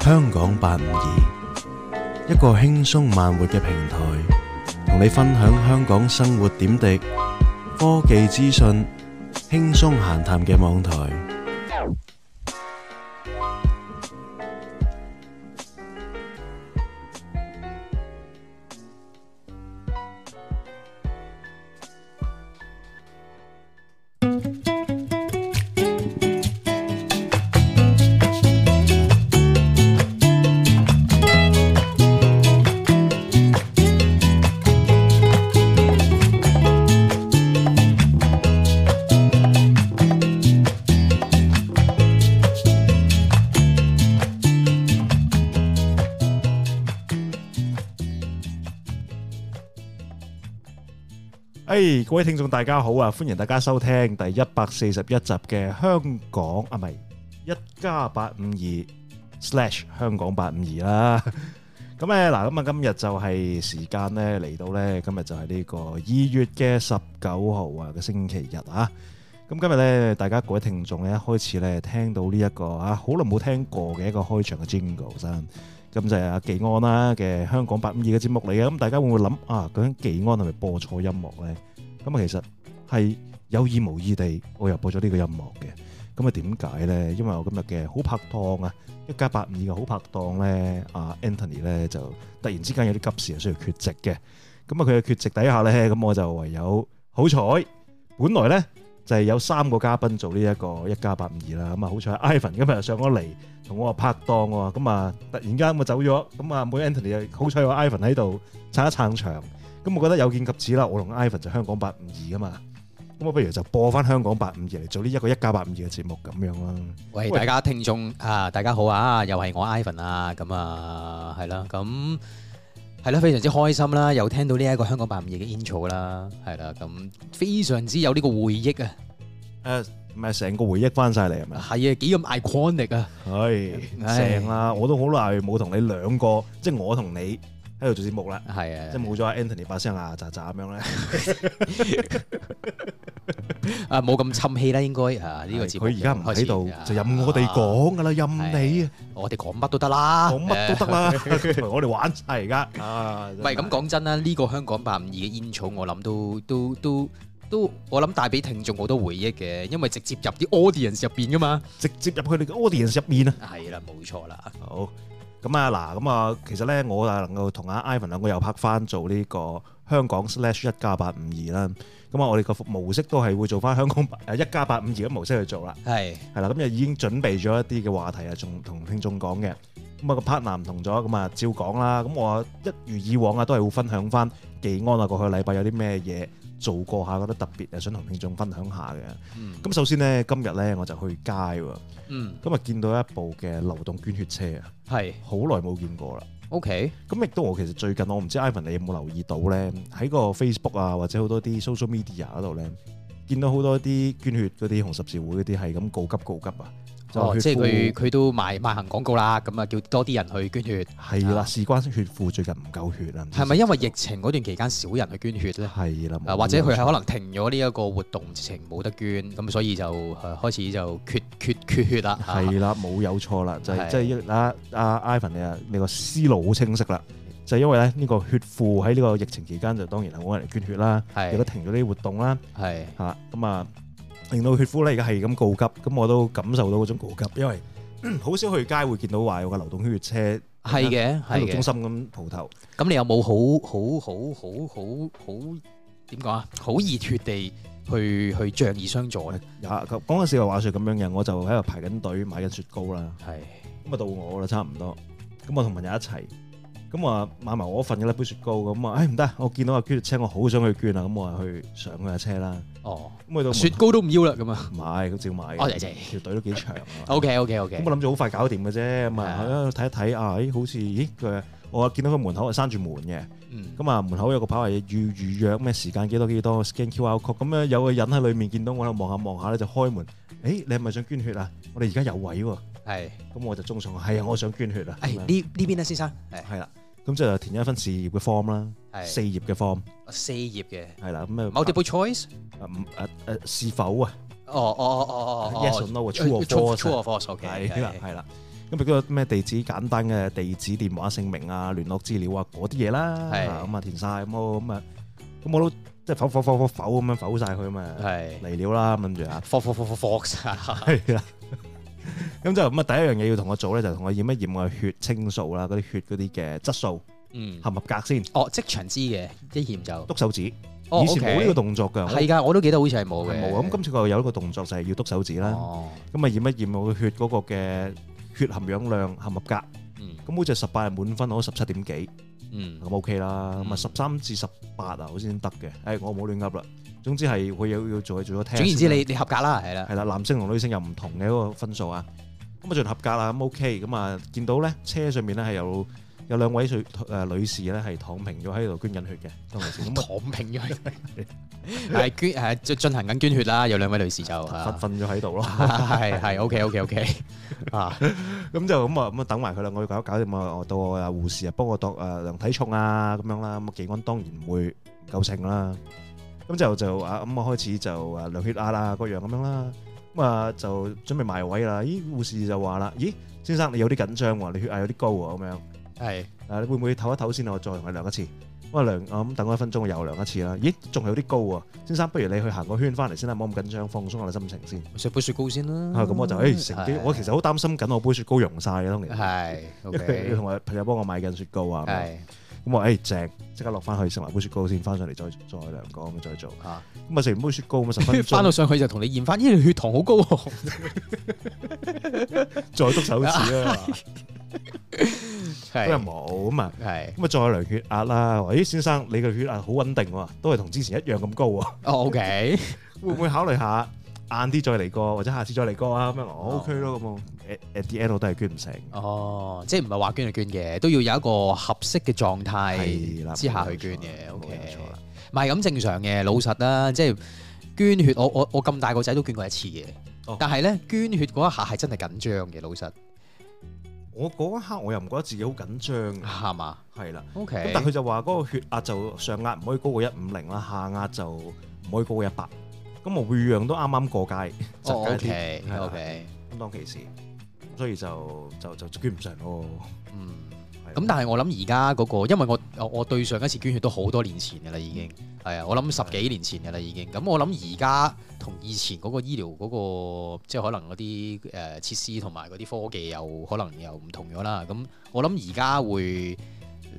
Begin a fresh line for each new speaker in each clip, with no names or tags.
香港八五二，一個輕鬆慢活嘅平台，同你分享香港生活點滴、科技資訊、輕鬆閒談嘅網台。
诶、各位聽眾大家好啊，歡迎大家收聽第一百四十一集嘅香港啊，唔係一加八五二 slash 香港八五二啦。咁咧嗱，咁啊今日就係時間咧嚟到咧，今日就係呢個二月嘅十九號啊嘅星期日啊。咁今日咧，大家各位聽眾咧，一開始咧聽到呢、一個啊，好耐冇聽過嘅一個開場嘅 jingle 啦。咁就係阿技安啦嘅香港八五二嘅節目嚟嘅。咁大家會唔會諗啊？究竟技安係咪播錯音樂咧？咁啊，其實係有意無意地，我又播咗呢個音樂嘅。咁啊，點解咧？因為我今日嘅好拍檔啊，一家八五二嘅好拍檔咧，阿 Anthony 咧就突然之間有啲急事啊，需要缺席嘅。咁啊，佢嘅缺席底下咧，咁我就唯有好彩，本來咧就係、有三個嘉賓做呢、一個一家八五二啦。咁啊，好彩 Ivan 今日上咗嚟。同我話拍檔喎，咁啊突然間我走咗，咁啊每 Anthony 又好彩有 Ivan 喺度撐一撐場，咁我覺得有見及此啦，我同 Ivan 就香港八五二噶嘛，咁我不如就播翻香港八五二嚟做呢一個一家八五二嘅節目咁樣啦。
喂，
喂
大家聽眾啊，大家好啊，又係我 Ivan 啊，咁啊，係啦，咁係啦，非常之開心啦，又聽到呢一個香港八五二嘅 intro 啦，係啦，咁非常之有呢個回憶啊，
誒唔係成個回憶翻晒嚟係咪？
係啊，幾咁 iconic 啊，
係
唉
正啦，我都好耐冇同你兩個，即係我同你喺度做節目啦。
係啊，
即係冇咗阿 Anthony 把聲啊喳喳咁樣咧，
啊冇咁沉氣啦，應該啊呢個節目
佢而家唔喺度
開始，啊
就任我哋講噶啦，任你啊。
我哋講乜都得啦，
講乜都得啦， 同埋我哋玩晒而家啊！
唔係咁講真啦，呢、個香港八五二嘅煙草，我諗都都都都，我諗帶俾聽眾好多回憶嘅，因為直接入啲 audience 入邊噶嘛。
直接入去你嘅 audience 入面啊！
係啦，冇錯 啦。
好，咁啊嗱，咁啊，其實咧，我啊能夠同阿 Ivan 兩個又拍翻做呢個香港 slash 一加八五二啦。咁啊，我哋個模式都係會做翻香港誒一加八五二嘅模式去做啦。
係
係啦，咁就已經準備咗一啲嘅話題啊，仲同聽眾講嘅。咁啊個 partner 唔同咗，咁啊照講啦。咁我一如以往啊，都係會分享翻技安啊過去禮拜有啲咩嘢做過下，覺得特別啊，想同聽眾分享下嘅。
嗯
咁首先呢，今日呢，我就去街喎，
嗯
今日見到一部嘅流動捐血車啊，
係
好耐冇見過啦。
OK
咁亦都我其實最近我唔知 Ivan 你有冇留意到呢？喺個 Facebook 啊或者好多啲 social media 嗰度呢，見到好多啲捐血嗰啲紅十字會嗰啲係咁告急告急啊！
哦，
血
即係佢
庫
佢都賣賣行廣告啦，咁啊叫多啲人去捐血，嗯
係啦，
啊
事關血庫最近唔夠血啊，唔知
係咪因為疫情嗰段期間少人去捐血咧？
係啦，
啊，或者佢係可能停咗呢一個活動，直情冇得捐，咁所以就誒開始就缺缺缺血啦。啊
係啦，冇有錯啦，就係
係
即係一啊阿 Ivan 你啊，你個思路好清晰啦，就係因為咧呢個血庫喺呢個疫情期間就當然係冇人嚟捐血啦，亦都
係
停咗呢啲活動啦，
係
嚇咁啊，令到血庫咧而家係咁告急，咁我都感受到嗰種告急，因為嗯好少去街會見到話有個流動血車
係
喺
嘅係
路中
嘅。
心咁蒲頭，
咁你有冇好好好好好好點講啊？好熱血地去去仗義相助咧？
啊咁嗰陣時話説咁樣嘅，我就喺度排緊隊買緊雪糕啦。
係
咁啊到我啦，差唔多。咁我同朋友一齊，咁啊買埋我份嘅啦杯雪糕。咁啊，唉唔得，我見到阿捐車，我好想去捐啊。咁我話去上佢架車啦。
哦，
咁去到
雪糕都唔要啦咁啊。
唔係，佢照買嘅。
哦謝謝
條隊都幾長啊。
OK OK
咁
OK。
我諗住好快搞掂嘅啫。咁
係
啊睇一睇啊，咦好似咦佢。我見到佢門口係閂住門嘅，
嗯
咁啊門口有個牌話要預約咩時間幾多幾多 scan QR code，咁啊有個人喺裏面見到我喺度望下望下咧就開門，誒你係咪想捐血啊？我哋而家有位喎，
係，
咁我就中上，係啊我想捐血啊，
誒
咁樣
呢呢邊咧，先生，係
係啦，咁就填一份事業嘅 form 啦，四
係
頁嘅 form
四頁嘅
係啦，咁啊
multiple choice，
啊唔啊啊是否啊
哦哦哦哦哦哦哦呃
yes or no 啊 true or
true
false 啊
or false，OK，
係啦係啦，咁亦都有咩地址簡單嘅地址、電話、姓名啊、聯絡資料啊嗰啲嘢啦，
係
啊咁啊填晒咁我咁啊，咁我都即係否否否否否咁樣否晒佢咁啊
係啊
嚟料啦咁跟住啊，
霍霍霍霍霍晒，
係啦。咁就咁啊！第一樣嘢要同我做咧，就同我驗一驗我嘅血清素啦，嗰啲血嗰啲嘅質素
嗯
合，唔合格先。
哦，即場知嘅，一驗就，
篤手指，
哦
以前冇呢個動作㗎，我
係㗎，我都記得好似係冇嘅，
冇啊！咁今次佢有一個動作就係要篤手指啦。
哦，
咁啊驗一驗我嘅血嗰個嘅血含氧量合唔合格？咁
嗯
好似十八係滿分，我十七點幾，
嗯
咁 OK 啦。咁啊
嗯
十三至十八啊，好先得嘅。誒，我冇亂噏啦。總之係佢有要做做咗 test。
總言之，你你合格啦，係啦，
啊係啦，男性同女性又唔同嘅嗰個分數啊。咁啊進合格啦，咁 OK。咁啊見到咧車上面咧係有有兩位女誒女士咧係躺平咗喺度捐緊血嘅，當其時咁啊
躺平咗喺度，係捐係進進行緊捐血啦，有兩位女士就
瞓
啊
瞓咗喺度咯。
係係 OK OK OK 啊，
咁就咁啊，咁啊等埋佢啦，我要搞搞掂啊，我到我啊護士啊幫我度誒量體重啊咁樣啦，咁啊技安當然唔會唔夠秤啦，咁就就啊咁我開始就誒量血壓啦各樣咁樣啦，咁啊就準備埋位啦，咦護士就話啦，咦先生你有啲緊張喎，你血壓有啲高喎咁樣，
係
啊你會唔會唞一唞先啊，我再同佢量一次，咁啊量啊咁等我一分鐘又量一次啦，咦仲係有啲高喎，先生不如你去行個圈翻嚟先啦，唔好咁緊張，放鬆下你心情先，
食杯雪糕先啦，
啊咁我就誒乘機，我其實好擔心緊我杯雪糕溶晒嘅當其時。
係
因為
OK
同我朋友幫我買緊雪糕啊，咁樣
係
咁我誒正，即刻落翻去食埋杯雪糕先，翻上嚟再再量過咁再做。
啊。
咁啊食完杯雪糕咁啊十分
翻到
鐘，
上去就同你驗翻，咦你血糖好高 喎，
再篤手 指啊，
係
咁又冇咁啊，
係
咁啊再量血壓啦。咦先生，你嘅血壓好穩定喎，都係同之前一樣咁高 喎，
哦 OK
會唔會考慮下晏啲再嚟過，或者下次再嚟過啊？咁樣我 OK 咯，咁啊 at the end 我都係捐唔成。
哦，即係唔係話捐就捐嘅，都要有一個合適嘅狀
係啦
態之下去
冇錯
捐
啦
嘅
冇
，OK
錯啦。
唔係咁正常嘅，老實啦，即係捐血，我我我咁大個仔都捐過一次嘅，
哦
但係咧捐血嗰一下係真係緊張嘅，老實
我嗰一刻我又唔覺得自己好緊張，
係嘛
係啦。咁
？OK，
但係佢就話嗰個血壓就上壓唔可以高過一五零啦，下壓就唔可以高過一百。咁我每樣都啱啱過界，就
哦
街貼
OK
係啦
OK，
咁當其時，所以就就就捐唔上咯。
嗯。
係
咁但係我諗而家嗰個，因為我我我對上一次捐血都好多年前嘅啦，已經係啊，我諗十幾年前嘅啦，已經。咁我諗而家同以前嗰個醫療嗰、個，即係可能嗰啲誒設施同埋嗰啲科技又可能又唔同咗啦。咁我諗而家會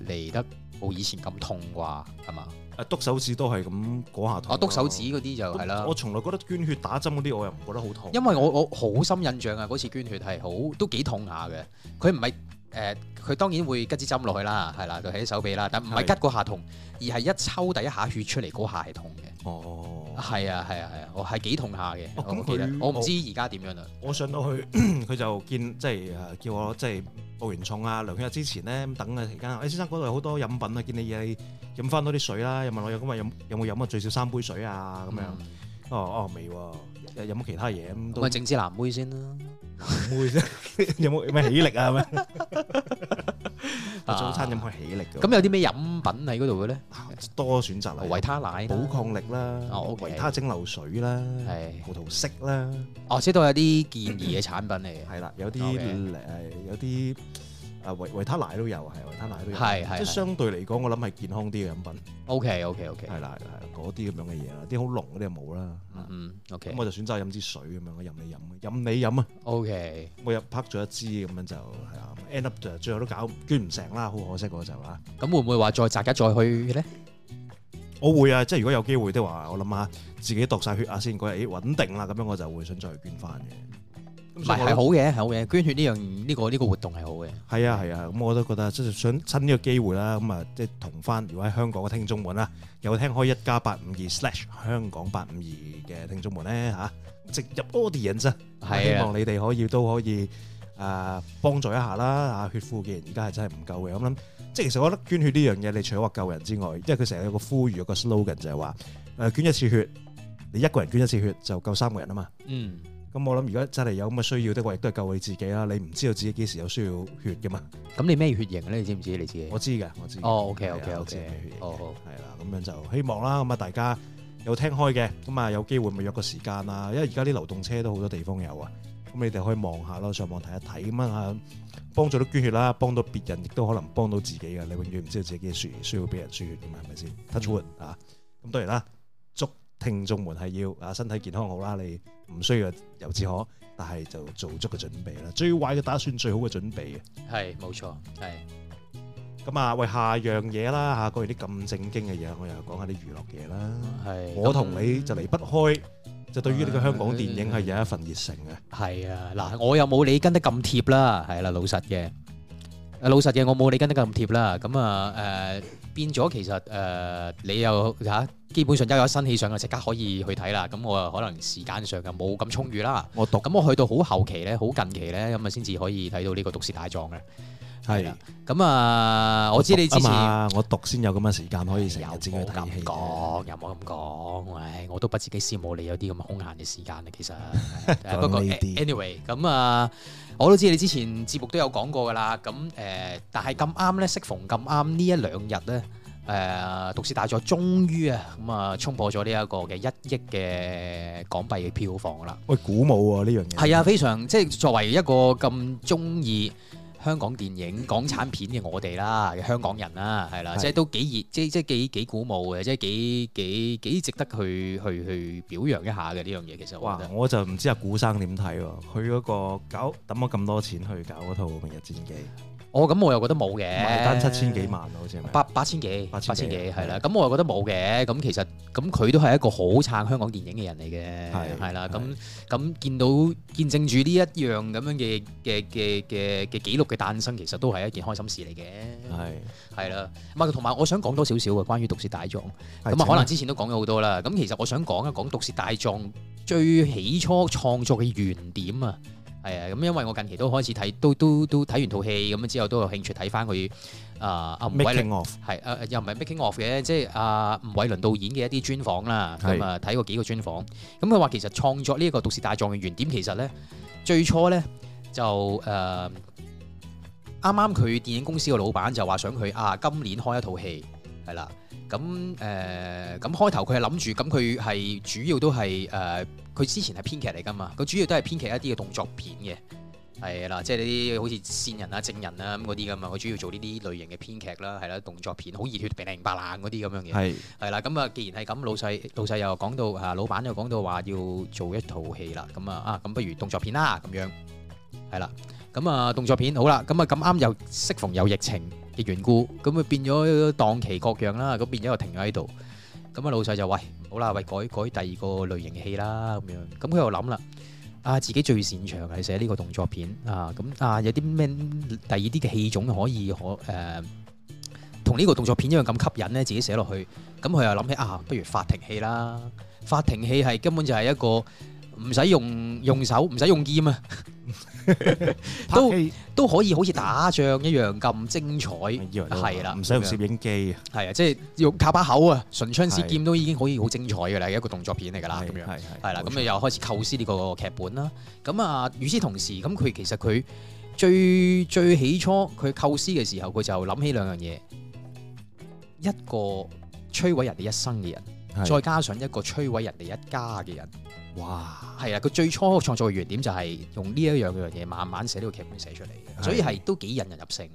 嚟得冇以前咁痛啩，係嘛？
啊篤手指都係咁嗰下痛。
我篤手指，嗰啲就係啦
我。從來覺得捐血打針嗰啲我又唔覺得好痛。
因為我我好深印象啊，嗰次捐血係好都幾痛下嘅。佢唔係誒，佢、當然會拮支針落去啦，係啦，就喺手臂啦，但唔係
係
拮嗰下痛，而係一抽第一下血出嚟嗰下係痛嘅。
哦，
係啊係啊係啊，我係幾痛下嘅。
哦咁
我記得
佢，
我唔知而家點樣啦。
我上到去 佢就見即係誒叫我即係報完重啊，量血壓之前咧咁等嘅期間，誒、先生嗰度有好多飲品啊，見你嘢飲翻多啲水啦，又問我有今日飲有冇飲啊，最少三杯水啊咁樣。
嗯
哦哦，未喎，有有冇其他嘢咁都
咁啊，整支藍妹先啦。
妹 啫，有冇有咩喜力啊？ 咩？
À.
早餐飲開喜力㗎
咁有啲咩飲品喺嗰度嘅咧？
多選擇啦，
維他奶啦
補抗力啦，
哦，OK Ờ,
維他蒸餾水啦，
係
葡萄適啦，
哦，即係都有啲建議嘅產品嚟嘅。
係啦，有啲誒
OK
有啲誒維維他奶都有，係維他奶都有，
係係
即係
係
相對嚟講，我諗係健康啲嘅飲品，
O K O K O K，
係啦係啦，嗰啲咁樣嘅嘢啦，啲好濃嗰啲就冇
Ừ,
啦。
嗯 O
咁
K
我就選擇飲支水咁樣，我任你飲，任你飲啊！
O K，
我又拍咗一支咁樣就係啊，end up 就最後都搞捐唔成啦，好可惜嗰就啊！
咁會唔會話再擇一再去咧？
我會啊，即係如果有機會的話，我諗下自己度晒血壓先，嗰日咦穩定啦，咁樣我就會想再捐翻嘅。
唔
咁所
係
以我
係
覺
好嘅，係好嘅，捐血呢樣呢個呢個活動係好嘅。
得係啊係啊，咁我都覺得即係想趁呢個機會啦，咁啊即係同翻如果喺香港嘅聽眾們啦，有聽開一加八五二 slash 香港八五二嘅聽眾們咧嚇，直入 audience 啊，希
係啊，
望你哋可以都可以誒幫助一下啦啊！血庫既然而家係真係唔夠嘅，咁諗即係其實我覺得捐血呢樣嘢，你除咗話救人之外，因為佢成日有個呼籲有個 slogan 就係話誒捐一次血，你一個人捐一次血就救三個人啊嘛。
嗯，
咁我諗如果真係有咁嘅需要的話，亦都係救你自己啦。你唔知道自己幾時有需要血噶嘛？
咁你咩血型咧？你知唔知你自己？
我知嘅，我知嘅。
哦，OK
係
OK
啊我知係咩
OK，
血型
哦好，
係啦，咁樣就希望啦。咁啊，大家有聽開嘅，咁啊有機會咪約個時間啦。因為而家啲流動車都好多地方有啊。咁你哋可以望下咯，上網睇一睇咁啊，幫助到捐血啦，幫到別人，亦都可能幫到自己嘅。你永遠唔知道自己需需要俾人輸血嘅嘛，係咪先？Touch wood 啊！咁當然啦，祝聽眾們係要啊身體健康好啦，你唔需要由自可，但係就做足個準備啦。最壞嘅打算，最好嘅準備嘅。
係冇錯，係
咁啊，喂，下樣嘢啦嚇，講完啲咁正經嘅嘢，我又講下啲娛樂嘢啦。
係。
我同
咁
你就離不開，就對於呢個香港電影係有一份熱誠嘅。
係啊，嗱，我又冇你跟得咁貼啦，係啦，老實嘅，老實嘅，我冇你跟得咁貼啦。咁啊，誒、變咗其實誒、你又嚇、基本上一有新戲上就即刻可以去睇啦。咁我啊可能時間上就冇咁充裕啦。
我讀
咁我去到好後期咧，好近期咧，咁啊先至可以睇到呢個《毒舌大狀》嘅。係
係
啦。咁啊，我知你之
啊
前。
嘛，我讀先有咁嘅時間可以成
有
日
冇
自己去睇戲嘅。
咁講？有冇咁講？唉，我都不自己羨慕你有啲咁嘅空閒嘅時間啊，其實。唉不過
講呢啲
anyway，咁啊，我都知你之前節目都有講過噶啦。咁誒、呃但係咁啱咧，適逢咁啱呢一兩日咧。誒、毒舌大作終於啊，咁啊衝破咗呢一個嘅一億嘅港幣嘅票房啦。
喂，鼓舞喎呢樣嘢。
係啊，非常即係作為一個咁中意香港電影、港產片嘅我哋啦，嘅香港人啦，係啦，
係
即係都幾熱，即即係幾幾鼓舞嘅，即係幾幾幾值得去去去表揚一下嘅呢樣嘢，其實我
哇
覺！得
我就唔知阿古生點睇喎，佢嗰個搞抌咗咁多錢去搞嗰套《明日戰記》，
哦，咁我又覺得冇嘅，
埋單七千幾萬啊好似係咪？
八八千幾，
八千
八千
幾
幾係啦。咁我又覺得冇嘅。咁其實咁佢都係一個好撐香港電影嘅人
係
嚟嘅，係啦。
係
咁咁見到見證住呢一樣咁樣嘅嘅嘅嘅嘅記錄嘅誕生，其實都係一件開心事嚟嘅，
係
係啦。咁啊，同埋我想講多少少嘅關於毒舌大狀。
係
咁啊，可能之前都講咗好多啦。咁其實我想講一講《毒舌大狀》最起初創作嘅原點啊，係啊。咁因為我近期都開始睇，都都都睇完套戲咁之後，都有興趣睇翻佢啊啊吳
請
偉倫
making off
係啊又唔係 making of 嘅，即係啊吳偉倫導演嘅一啲專訪啦。
係
咁啊睇過幾個專訪，咁佢話其實創作呢一個《毒舌大狀》嘅原點其實咧，最初咧就誒。呃啱啱佢電影公司個老闆就話想佢啊，今年開一套戲，係啦。咁誒，咁開頭佢係諗住，咁佢係主要都係誒，佢、之前係編劇嚟㗎嘛，佢主要都係編劇一啲嘅動作片嘅，係啦，即係呢啲好似線人啊、證人啊咁嗰啲㗎嘛，佢主要做呢啲類型嘅編劇啦，係啦，動作片好熱血、平零白爛嗰啲咁樣嘅。
係
係啦，咁啊，既然係咁，老細老細又講到啊，老闆又講到話要做一套戲啦，咁啊啊，咁不如動作片啦，咁樣係啦，咁啊動作片好啦，咁啊咁啱又適逢有疫情嘅緣故，咁啊變咗檔期各樣啦，咁變咗又停咗喺度，咁啊老細就喂唔好啦，喂改改第二個類型嘅戲啦，咁樣，咁佢又諗啦。啊，自己最擅長係寫呢個動作片啊，咁啊有啲咩第二啲嘅戲種可以可誒，同、呢個動作片一樣咁吸引呢？自己寫落去，咁佢又諗起啊，不如法庭戲啦。法庭戲係根本就係一個唔使用用手，唔使用劍啊，都
拍戲
都可以好
嗯
似打仗一樣咁精彩。
以為都
係啦
唔使用攝影機啊，
係啊，即係用靠把口啊，唇槍舌
係
劍都已經可以好精彩嘅啦，一個動作片嚟㗎啦，咁樣。
係係
係啦，
冇
咁
錯
你又開始構思呢個劇本啦。咁啊，與此同時，咁佢其實佢最最起初佢構思嘅時候，佢就諗起兩樣嘢，一個摧毀人哋一生嘅人，
係
再加上一個摧毀人哋一家嘅人。
哇
係啊，佢最初創作嘅原點就係用呢一樣樣嘢慢慢寫呢個劇本寫出嚟
係
嘅，所以係都幾引人入勝嘅。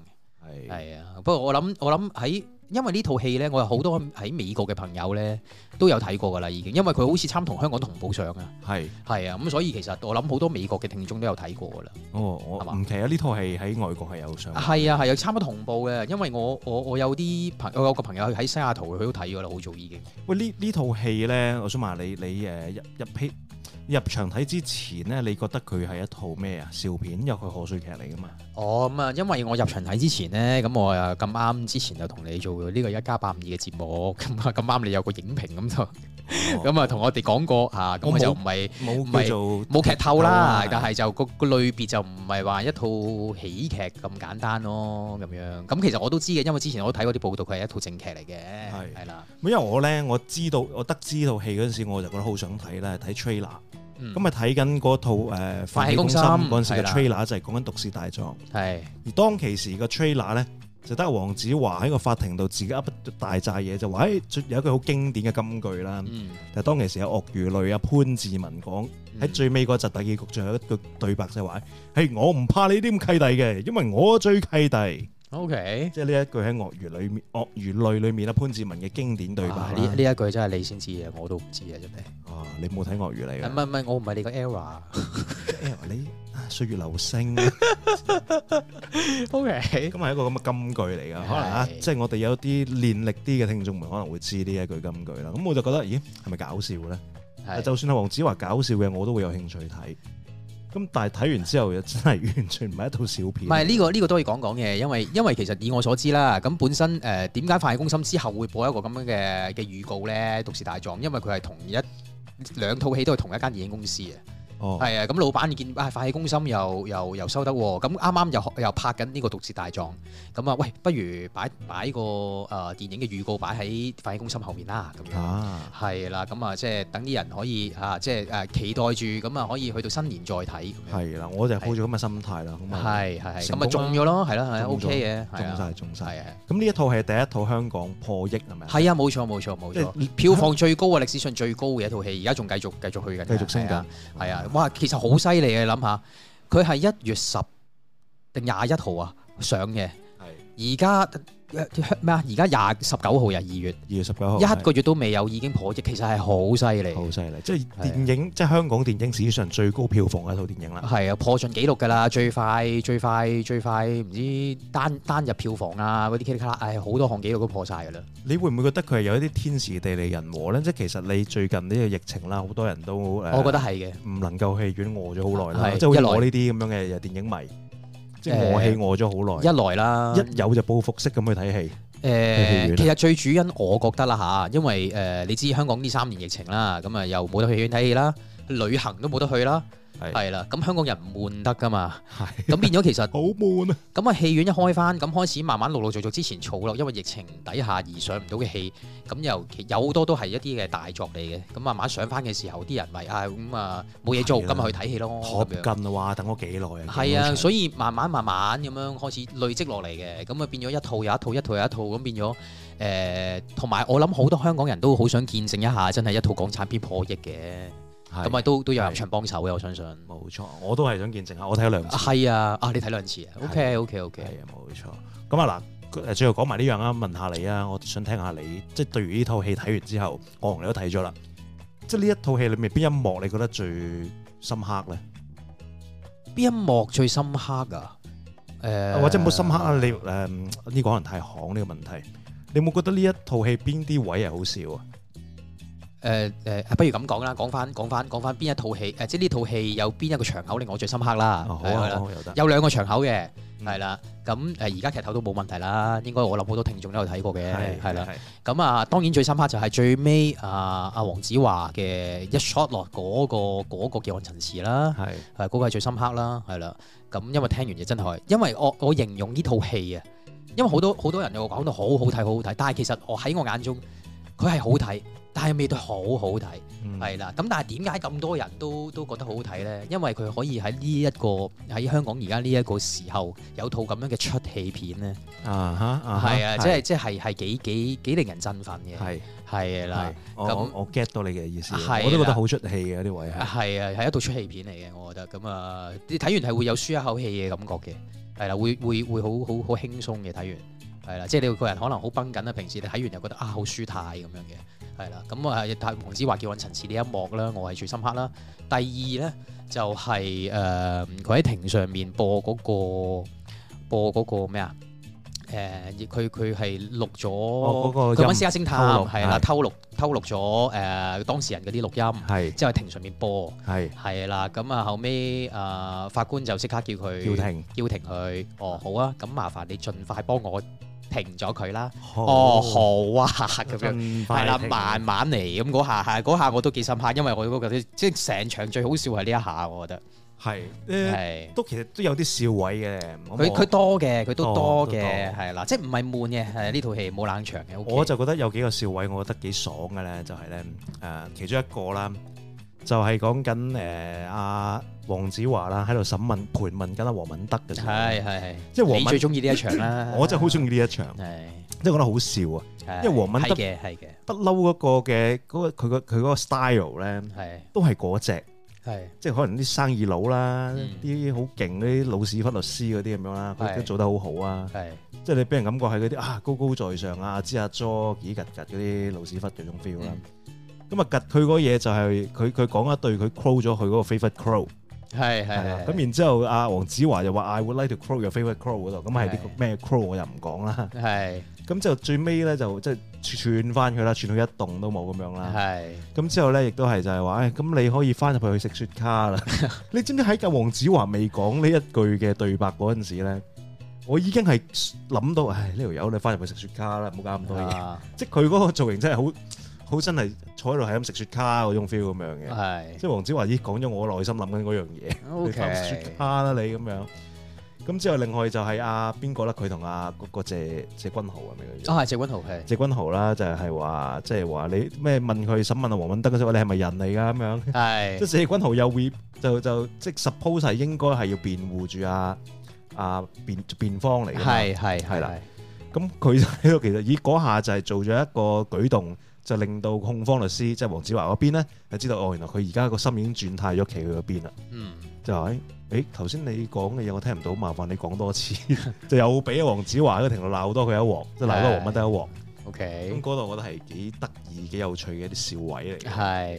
係
係啊，不過我諗我諗喺，因為呢套戲咧，我有好多喺美國嘅朋友咧都有睇過㗎啦，已經，因為佢好似參同香港同步上啊，
係
係啊，咁所以其實我諗好多美國嘅聽眾都有睇過㗎啦。
哦，
係
我
嘛
唔奇啊！呢套戲喺外國係有上，
係啊係啊，差唔多同步嘅，因為我我我有啲朋我有個朋友喺西雅圖，佢都睇咗啦，好早已經。
喂，呢呢套戲咧，我想問下你，你誒入入戲入場睇之前咧，你覺得佢係一套咩啊？笑片，因為佢賀歲劇嚟噶嘛。
哦，咁啊，因為我入場睇之前呢，咁我啊咁啱之前就同你做呢個一家八五二嘅節目，咁啊咁 啱你有個影評咁就，咁啊同我哋講過啊，咁
我冇
哦我就唔係唔
冇
係
叫做
冇劇透啦
劇，透啊
但係就個個類別就唔係話一套喜劇咁簡單咯，咁樣。咁其實我都知嘅，因為之前我都睇過啲報道，佢係一套正劇嚟嘅，
係
係啦，
因為我咧，我知道我得知套戲嗰陣時，我就覺得好想睇啦，睇 trailer。
嗯
咁咪睇緊嗰套誒《飯
飯
氣
氣
攻
攻
心》
心
嗰陣時嘅
係啦
trailer 就係講緊《毒舌大狀》，
係
而當其時個 trailer 咧就得黃子華喺個法庭度自己噏一大扎嘢，就話誒、哎最有一句好經典嘅金句啦。
嗯，
但係當其時有鱷魚淚啊潘志文講喺最尾嗰集大結局最後一句對白就係話：，係我唔怕你啲咁契弟嘅，因為我最契弟。
O K，
即係呢一句喺鱷魚裏面， 啊鱷魚淚裏面啦，啊潘志文嘅經典對白啦
呢呢一句真係你先知嘅，我都唔知嘅真係。
啊，你冇睇鱷魚嚟嘅
唔係唔係，我唔係你個 era。
，L 你啊歲月流星，
O K，
啊咁係一個咁嘅金句嚟㗎。可能啊，
係
即係我哋有啲練力啲嘅聽眾們可能會知呢一句金句啦。咁我就覺得，咦，係咪搞笑咧？但就 算係黃子華搞笑嘅，我都會有興趣睇。咁但係睇完之後，又真係完全唔係一套笑片。
唔係呢個呢、個都可以講講嘅，因為因為其實以我所知啦，咁本身誒點解《快攻心》之後會播一個咁樣嘅嘅預告咧，《毒舌大狀》，因為佢係同一兩套戲都係同一間電影公司嘅，
哦，
係啊、咁老闆見啊《快攻心又》又又收得喎，咁啱啱又又拍緊呢個《毒舌大狀》，咁啊喂，不如擺擺個誒、呃、電影嘅預告擺喺《快攻心》後面啦，咁樣。
啊，
係啦，咁啊，即係等啲人可以啊，即係誒期待住，咁啊可以去到新年再睇咁樣。
係啦，我就抱住咁嘅心態啦。咁啊，
係係係，
成
咁
功啦
啊中咗咯，係啦係啊
中咗
，OK 嘅，係
中
啊，
晒中晒。
係啊
咁呢一套係第一套香港破億係咪啊？
係啊，冇錯冇錯冇
即係
錯，票房最高啊，歷史上最高嘅一套戲，而家仲繼續繼續去緊，
繼續升
係啊
緊，，
係啊，哇，其實好犀利嘅，你諗下，佢係一月十定廿一號啊上嘅，
係
而家呃咩啊？而家廿十九號啊，二月
二月十九號，
一個月都未有，已經破億，其實係好犀利
係。好犀利，即係
係啊
電影，即係香港電影史上最高票房嘅一套電影啦。
係啊，破盡紀錄㗎啦！最快、最快、最快，唔知單單日票房啊，嗰啲 K 卡啦，唉，好多項紀錄都破晒㗎啦。
你會唔會覺得佢係有一啲天時地利人和咧？即係其實你最近呢個疫情啦，好多人都誒，
我覺得係嘅，
唔能夠戲院餓咗好耐啦，
係
即係好似
一來
我呢啲咁樣嘅電影迷，即係餓戲餓咗好耐，
一來啦，
哦一有就報復式咁去睇戲，
誒、
院啊
其實最主因我覺得啦吓，因為誒、你知香港呢三年疫情啦，咁啊又冇得去戲院睇戲啦，旅行都冇得去啦，
係
係啦，咁香港人唔悶得㗎嘛，
係
咁變咗其實
好悶啊！
咁啊，戲院一開翻，咁開始慢慢陸陸續續之前儲落，因為疫情底下而上唔到嘅戲，咁又其有好多都係一啲嘅大作嚟嘅。咁慢慢上翻嘅時候，啲人咪啊咁啊冇嘢做，
係啦
咁咪去睇戲咯
學
咁樣。
近啊，哇！等我幾耐啊！
係啊，
以
所以慢慢慢慢咁樣開始累積落嚟嘅，咁啊變咗一套又一套，一套又一套，咁變咗誒，同埋我諗好多香港人都好想見證一下，真係一套港產片破億嘅，咁啊都都有入場幫手啊嘅，我相信。
冇錯，我都係想見證下，我睇咗兩次。
係啊，啊你睇兩次啊？OK OK
係
OK，
啊，冇錯。咁啊嗱，誒最後講埋呢樣啊，問下你啊，我想聽下你，即係對於呢套戲睇完之後，我同你都睇咗啦。即係呢一套戲裏面邊一幕你覺得最深刻咧？
邊一幕最深刻啊？誒，
或者冇深刻啊？你誒嗯呢個可能太行呢個問題，你有冇覺得呢一套戲邊啲位係好笑啊？
誒誒，啊不如咁講啦，講翻講翻講翻邊一套戲誒，即係呢套戲有邊一個場口令我最深刻啦？
哦好
係
啊，
啦
好啊有得。
有兩個場口嘅，
嗯
係啦。咁誒而家劇透都冇問題啦，應該我諗好多聽眾都有睇過嘅，係啦。
係，
咁啊，當然最深刻就係最尾啊阿黃子華嘅一 shot 落嗰個嗰個叫案陳詞啦，
係
係呃嗰個係最深刻啦，係啦。咁因為聽完就真係，因為我我形容呢套戲啊，因為好多好多人又講到好好睇，好好睇，但係其實我喺我眼中佢係好睇，但係味道好好睇，
嗯
係啦。咁但係點解咁多人都都覺得好好睇呢？因為佢可以喺呢一個喺香港而家呢一個時候有套咁樣嘅出戲片呢，
啊哈啊哈，
係啊，即係即係係幾幾幾令人振奮嘅，
係
係啦
係。。我
咁
我我 get 到你嘅意思，
係啦
我都覺得好出戲嘅呢位係。
係啊，係一套出戲片嚟嘅，我覺得咁啊，你睇完係會有舒一口氣嘅感覺嘅，係啦，會會會好好好輕鬆嘅睇完，係啦，即係你個人可能好繃緊啦，平時你睇完又覺得啊好舒泰咁樣嘅，係啦，咁啊，但黃子華叫揾陳詞呢一幕啦，我係最深刻啦。第二咧就係、誒佢喺庭上面播嗰、個播嗰個咩啊？誒，佢佢係錄咗，
哦嗰
佢
個
揾
音
私家偵探
偷錄
係啦，
係
偷錄偷錄咗誒、呃當事人嗰啲錄音。
係
之後喺庭上面播，
係
係啦，咁啊後尾啊、法官就即刻叫佢
叫停。
叫停佢，哦好啊，咁麻煩你盡快幫我停咗佢啦，哦
哦
好啊咁樣。
咁
係啦，慢慢嚟咁嗰下，係嗰下我都幾深刻，因為我都覺得即係成場最好笑係呢一下，我覺得
係誒，
係
都其實都有啲笑位嘅。咁
佢
我
佢多嘅，佢都
多
多
都
嘅，
多
係啦，即係唔係悶嘅，係呢套戲冇冷場嘅，OK，
嗯我就覺得有幾個笑位，我覺得幾爽嘅咧，就係咧誒，其中一個啦，就係講緊誒阿黃子華啦，喺度審問盤問緊阿黃敏德嘅時候。
係係係，
即係黃
你
敏，
最中意呢一場啦
我真係好中意呢一場，
係。
即係覺得好笑啊！
係
因為黃敏德
係嘅係嘅
不嬲嗰個嘅嗰個佢個佢嗰個 style 咧，
係
都係嗰只，
係
即係可能啲生意佬啦
嗯，
啲好勁嗰啲老屎忽律師嗰啲咁樣啦，佢
係
都做得好好啊！
係
即係你俾人感覺係嗰啲啊高高在上啊，知阿 jo 幾拮拮嗰啲老屎忽嗰種 feel 啦。
嗯
咁啊，拮佢嗰嘢就係佢佢講一對佢 crow 咗佢嗰個 favorite crow，
係係
係啦
係。
咁然之後，啊阿黃子華又話 I would like to crow your favorite crow 嗰度，咁係呢
係
個咩 crow 我又唔講啦。
係
咁就最尾咧就即係串翻佢啦，串到一棟都冇咁樣啦。
係
咁之後咧，亦都係就係話，誒咁你可以翻入去食雪卡啦。你知唔知喺阿黃子華未講呢一句嘅對白嗰陣時咧，我已經係諗到，唉呢條友你翻入去食雪卡啦，唔好搞咁多嘢。
啊
即係佢嗰個造型真係好好真係坐喺度係咁食雪卡嗰種 feel 咁樣嘅。
係
即係黃子華已經講咗我內心諗緊嗰樣嘢。你
O
翻屋企雪
K
卡啦你咁樣。咁之後另外就係阿邊個啦，佢同阿嗰個謝謝君豪係咪嗰啲？
啊，謝君豪係
謝君豪啦，就係話即係話你咩問佢審問阿黃敏德嗰陣話你係咪人嚟㗎咁樣？即係
係
謝君豪又會就就即係 suppose 係應該係要辯護住阿阿辯辯方嚟㗎嘛。
係係
係
係
啦咁佢就喺度其實以嗰下就係做咗一個舉動，就令到控方律師即係黃子華嗰邊咧，就知道哦，原來佢而家個心已經轉態咗企佢嗰邊啦。
嗯
就係誒頭先你講嘅嘢我聽唔到，麻煩你講多次， 就又俾阿黃子華喺個庭度鬧多佢一鑊，即係鬧多黃乜得一鑊。
O
咁
K
嗰度我覺得係幾得意、幾有趣嘅一啲笑位嚟嘅。
係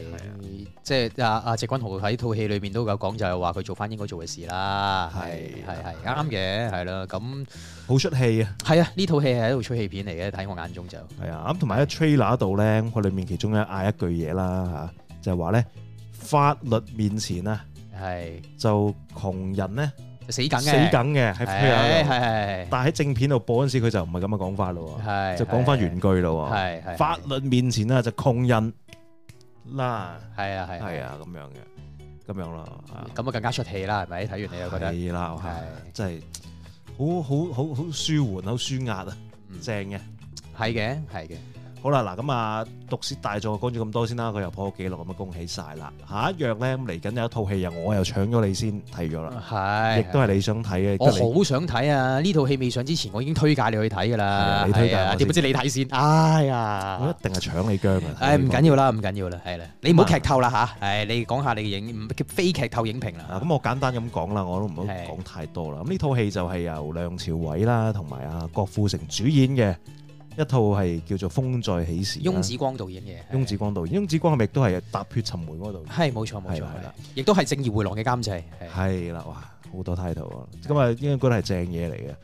即係阿阿謝君豪喺套戲裏面都有講，就係話佢做翻應該做嘅事啦，
係
係係係啱嘅，係啦，咁
好出戲啊！
係啊，呢套戲係一套吹戲片嚟嘅，喺我眼中就
係啊，咁同埋喺 trailer 度咧，佢裡面其中一嗌一句嘢啦嚇，就係話咧法律面前啊，
係
就窮人咧
死梗嘅，
死梗嘅喺
係
trailer
係
度。
係
但係喺正片度播嗰陣時，佢就唔係咁嘅講法咯
係
喎，就講翻原句咯喎。
係係
法律面前啊，就窮人啦，
係啊係
係啊，咁樣嘅，咁樣咯。啊
咁啊更加出戲啦，係咪？睇完你又覺得
係啦，係
係
真係好好好好舒緩，好舒壓啊，
嗯
正嘅。
係嘅，係嘅，
好啦，嗱咁啊，毒舌大狀講咗咁多先啦，佢又破咗紀錄，咁啊恭喜晒啦！下一樣咧，咁嚟緊有一套戲又我又搶咗你先睇咗啦，
係
啊亦都係你想睇嘅，
我
得你
好想睇啊！呢套戲未上之前，我已經推介你去睇噶
係啊
啦。
你推介
係
我
啊
先
點不知你睇先？哎
我
呀！
一定係搶你姜嘅。
唉，唔
要
緊要啦，唔緊要啦，係啦，你唔好劇透啦吓，唉，你講下你嘅影唔非劇透影評
啊！
啦。
咁我簡單咁講啦，我都唔好
係
講太多啦。咁呢套戲就係由梁朝偉啦同埋阿郭富城主演嘅一套係叫做《風再起時》啦。
翁子光導演嘅，係
啊翁子光導演，翁子光係咪亦都係踏血尋梅嗰度？
係冇錯冇
係
錯
啦係啦，
亦都係正義回廊嘅監製，係
係啦，哇，好多 title 啊！咁啊，應該覺得係正嘢嚟嘅。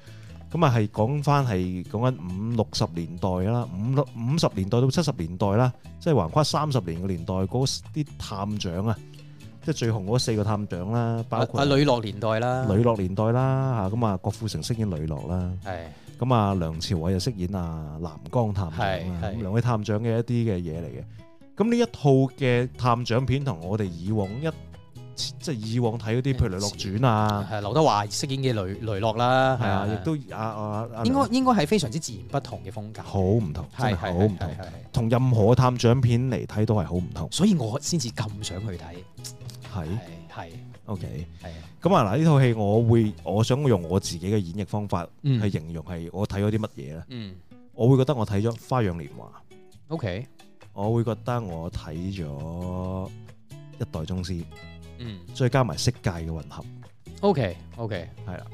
咁啊，係講翻係講緊五六十年代啦，五六五十年代到七十年代啦，即係橫跨三十年嘅年代，嗰啲探長啊，即係最紅嗰四個探長啦，包括
啊呂樂年代啦，
呂樂年代啦嚇，咁啊郭富城飾演呂樂啦，
係
咁啊梁朝偉就飾演啊南江探長啦，
係係
咁啊兩位探長嘅一啲嘅嘢嚟嘅。咁呢一套嘅探長片同我哋以往一即係以往睇
嗯
嗰啲，譬如《雷洛傳》啊，
係劉德華飾演嘅呂呂樂啦，
係啊，亦都啊啊啊，
應該應該係非常之自然不同嘅風格，
好唔同，真係
係
好
係
唔
係
同
係，係。
同任何探長片嚟睇都係好唔同，
所以我先至咁想去睇，
係
係
OK。
係
咁啊嗱，呢套戲我會我想用我自己嘅演繹方法
嗯
去形容係我睇咗啲乜嘢咧，
嗯
我會覺得我睇咗《花樣年華》。
，OK，
我會覺得我睇咗一代宗師，
嗯
再加埋色戒嘅混合，
，OK，OK，
係啦。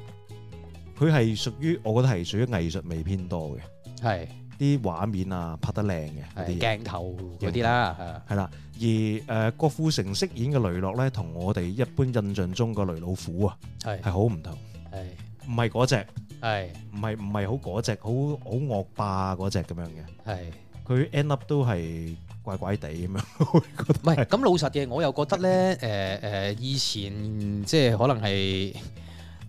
佢係屬於我覺得係屬於藝術味偏多嘅，
係
啲畫面啊拍得靚嘅嗰
係
啲嘢，
鏡頭嗰啲啦，係啊
係啦。而誒、呃、郭富城飾演嘅雷洛咧，同我哋一般印象中個雷老虎啊，
係
係好唔同，
係
唔係嗰只，
係
唔係唔係好嗰只，好好惡霸嗰只咁樣嘅。
係，
佢 end up 都係怪怪地咁樣，
唔係咁老實嘅，我又覺得咧，誒誒，以前即係可能係。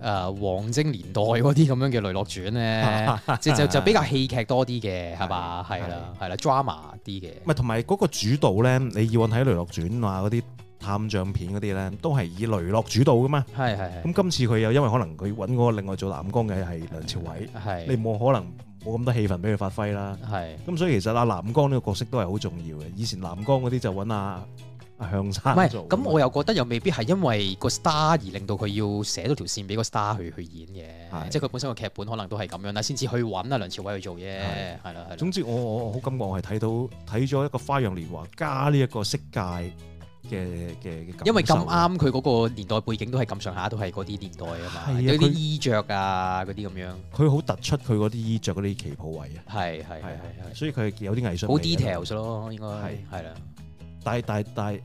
誒王晶年代嗰啲咁樣嘅《雷洛傳》咧，就 就就比較戲劇多啲嘅，係嘛？
係
係啦，係啦，drama 啲嘅，
唔係，同埋嗰個主導咧，你以往睇《雷洛傳》啊嗰啲探長片嗰啲咧，都係以雷洛主導噶嘛。
係係
咁今次佢又因為可能佢揾嗰個另外做南江嘅係梁朝偉，你
係
冇可能冇咁多戲份俾佢發揮啦。
係
咁所以其實阿南江呢個角色都係好重要嘅。以前南江嗰啲就揾阿向
唔
山
係
啊做㗎
咁，
嘛
我又覺得又未必係因為個 star 而令到佢要寫到條線俾個 star 去去演
係
嘅，即係佢本身個劇本可能都係咁樣啦，先至去揾啊梁朝偉去做啫，
係
係啦係啦
總。之我我我好感覺我係睇到睇咗一個《花樣年華》加呢一個色戒嘅嘅嘅感
因為咁
受
啱佢嗰個年代背景都係咁上下，都係嗰啲年代啊
係
嘛，
啊
有啲
佢
衣着啊嗰啲咁樣，
佢好突出佢嗰啲衣着嗰啲旗袍位啊，
係
係係
係係
係，
係
所以佢係有啲藝術
好
味喺度
details 咯，應該
係
係啦，
但係但係但係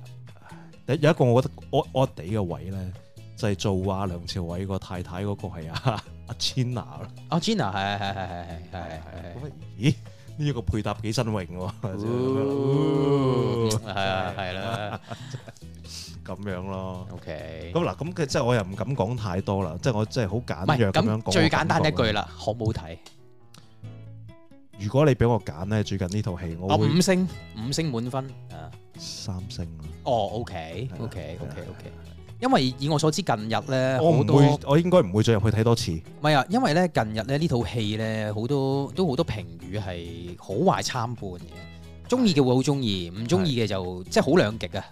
唉有一個我覺得惡惡地嘅位咧，就係、做阿梁朝偉個太太嗰個係阿阿 China 啦，
哦 Gina 係係係係係係係係
咁啊咦呢一個配搭幾新穎喎，
哦
咁樣
係啊係啦
咁樣咯。
，OK。
咁嗱，咁佢即係我又唔敢講太多啦，即係我即係好
唔
簡
係
約咁樣講。
咁最簡單一句，啦，好唔好睇？
如果你俾我揀咧，最近呢套戲
我
我會
五星五星滿分啊！
三星啦。
哦，OK
係啦
OK
係啦
OK
係啦
OK，因啊為以我所知近日咧
我
好
唔
多
會
唔，
我應該唔會再入去睇多次。
係啊，因為咧近日咧呢套戲咧好多都好多評語係好壞參半嘅，中意嘅會好中意，唔中意嘅就即係好兩極啊，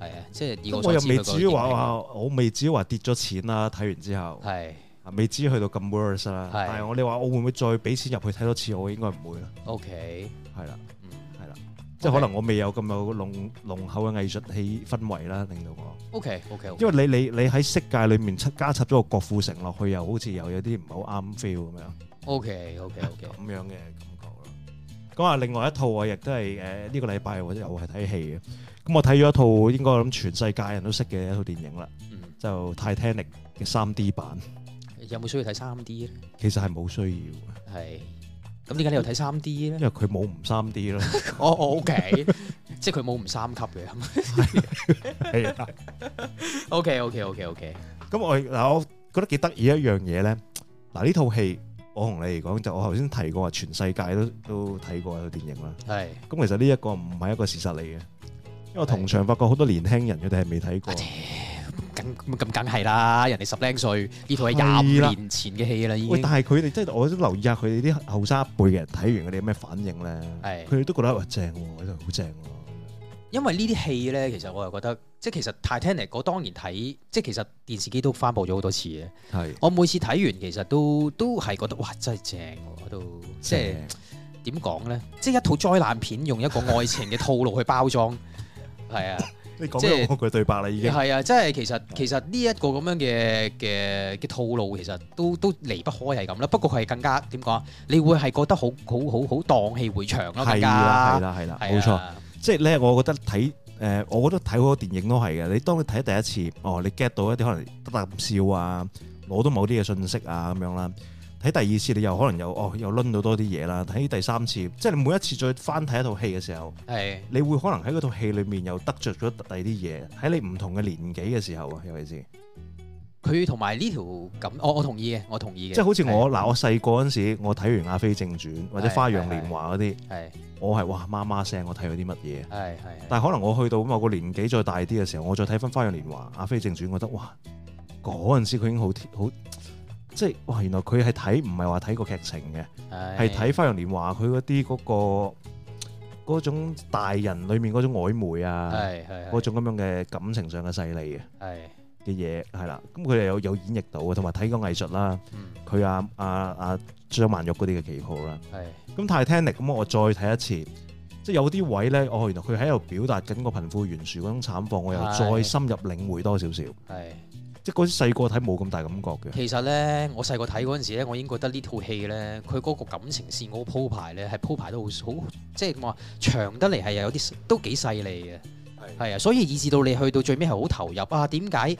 係啊，即係以
咁
我
我
所
又
知
未
佢個
至於話
影評
話，我未至於話跌咗錢啦。睇完之後，
係
啊未至於去到咁 worse 啦。
係
但係我哋話，我會唔會再俾錢入去睇多次？我應該唔會啦。
OK，
係啦，
嗯
係啦，即係可能我未有咁有濃濃厚嘅藝術氣氛圍啦，令到我。
OK OK OK，
因為你你你喺色界裏面加插咗個郭富城落去，又好似又有啲唔係好啱 feel 咁樣。
OK OK OK，
咁樣嘅感覺咯。咁啊，另外一套我亦都係誒呢個禮拜我又係睇戲嘅。咁我睇咗一套應該我諗全世界人都識嘅一套電影啦，
嗯，
就《Titanic》嘅三 D 版。
有冇需要睇三 D 咧？
其實係冇需要嘅，
係，咁點解你又睇三 D 咧
因？為佢冇唔三 D 咯。
哦哦，OK，即 係佢冇唔三級嘅。
係啊，
OK OK OK OK，
咁我嗱，我覺得幾得意一樣嘢咧。嗱，呢套戲我同你嚟講，就我頭先提過話，全世界都都睇過一套電影啦。
係。
咁其實呢一個唔係一個事實嚟嘅，因為我同場發覺好多年輕人佢哋係未睇過。
梗咁梗係啦，人哋十零歲，呢套係廿五年前嘅戲啦，已
喂，
經
但係佢哋真係我都留意下佢哋啲後生一輩嘅人睇完佢哋有咩反應咧
係，
佢哋都覺得哇正喎，呢度好正喎，
因為呢啲戲咧，其實我又覺得，即係其實 Titanic 我當然睇，即係其實電視機都翻播咗好多次嘅。
係
我每次睇完其實都都係覺得哇，真係正喎，都即係點講咧？即係一套災難片用一個愛情嘅套路去包裝，係啊。
你講
即係
咗我句對白啦已經，
係啊，即係其實其實呢一個咁樣嘅嘅嘅套路，其實都都離不開係咁啦。不過佢係更加點講啊？你會係覺得好好好好蕩氣迴腸咯，更
係
加
啦係啦係啦，
係啊
冇錯。即係咧，我覺得睇誒，我覺得睇好多電影都係嘅。你當你睇第一次，哦，你 get 到一啲可能得啖笑啊，攞到某啲嘅信息啊咁樣啦。睇第二次你又可能又哦又攆到多啲嘢啦。睇第三次，即係你每一次再翻睇一套戲嘅時候。
係
你會可能喺嗰套戲裏面又得着咗第二啲嘢，喺你唔同嘅年紀嘅時候啊，尤其是
佢同埋呢條咁，我我同意嘅，我同意嘅。
即係好似我嗱，我細個嗰陣時，我睇完《阿飛正傳》或者《
係
花樣年華》嗰啲，
係
我係哇媽媽聲，我睇咗啲乜嘢。啊
係係
但係可能我去到某個年紀再大啲嘅時候，我再睇翻《花樣年華》《阿飛正傳》，覺得哇嗰陣時佢已經好貼好，即係哇原來佢係睇唔係話睇個劇情嘅，
係
係睇《花樣年華》佢嗰啲嗰個嗰種大人裏面嗰種曖昧啊，
係係
嗰種咁樣嘅感情上嘅勢利嘅。
係
嘅嘢係啦，咁佢哋有有演繹到嘅，同埋睇個藝術啦，
嗯
佢啊啊啊張曼玉嗰啲嘅旗袍啦。
係
咁 Titanic 咁我再睇一次，即係有啲位咧，哦原來佢喺度表達緊個貧富懸殊嗰種慘況，我又
係
再深入領會多少少。
係。
即係嗰啲細個睇冇咁大感覺嘅，
其實咧，我細個睇嗰陣時咧，我已經覺得呢套戲咧，佢嗰個感情線嗰個鋪排咧，係鋪排得好好，即係點講啊長得嚟係有啲都幾細膩嘅，係啊，所以以至到你去到最尾係好投入啊，點解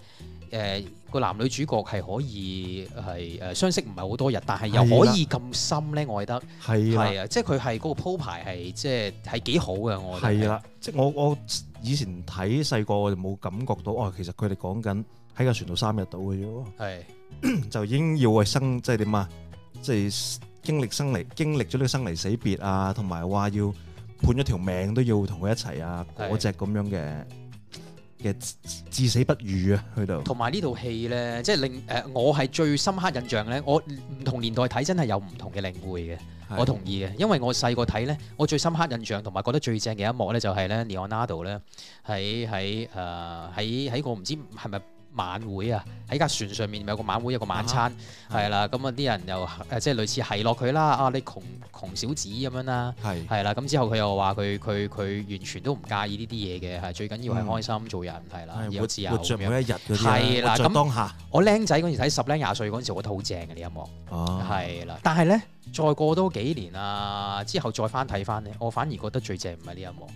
誒個男女主角係可以係誒、呃相識唔係好多日，但係又
係啦
可以咁深咧，我覺得
係啦
係啊，即係佢係嗰個鋪排係即係係幾好嘅，我覺得
係啦，啊即係我我以前睇細個我就冇感覺到，哦其實佢哋講緊喺架船度三日到嘅啫喎。
係
就已經要係生即係點啊？即係經歷生離，經歷咗呢個生離死別啊，同埋話要判咗條命都要同佢一齊啊，
係
嗰只咁樣嘅嘅至死不渝啊，去到
同埋呢套戲咧，即係令誒、呃我係最深刻印象咧，我唔同年代睇真係有唔同嘅領會嘅，
係
我同意嘅，因為我細個睇咧，我最深刻印象同埋覺得最正嘅一幕咧，就係咧 Leonardo 咧喺喺誒呃喺喺個唔知係咪晚會啊，喺架船上面咪有個晚會有個晚餐係啦，咁啊啲人又誒即係類似係落佢啦，啊你窮窮小子咁樣啦。
係
係啦，咁之後佢又話佢佢佢完全都唔介意呢啲嘢嘅，係最緊要係開心做人係啦，
嗯係
有自由
活活
咁
着
樣
每一日嗰啲啊，
係啦
活
咁
着當下。
我僆仔嗰陣時睇十零廿歲嗰陣時，我覺得好正嘅呢一幕，
哦，
係啦。但係咧，再過多幾年啊，之後再翻睇翻咧，我反而覺得最正唔係呢一幕，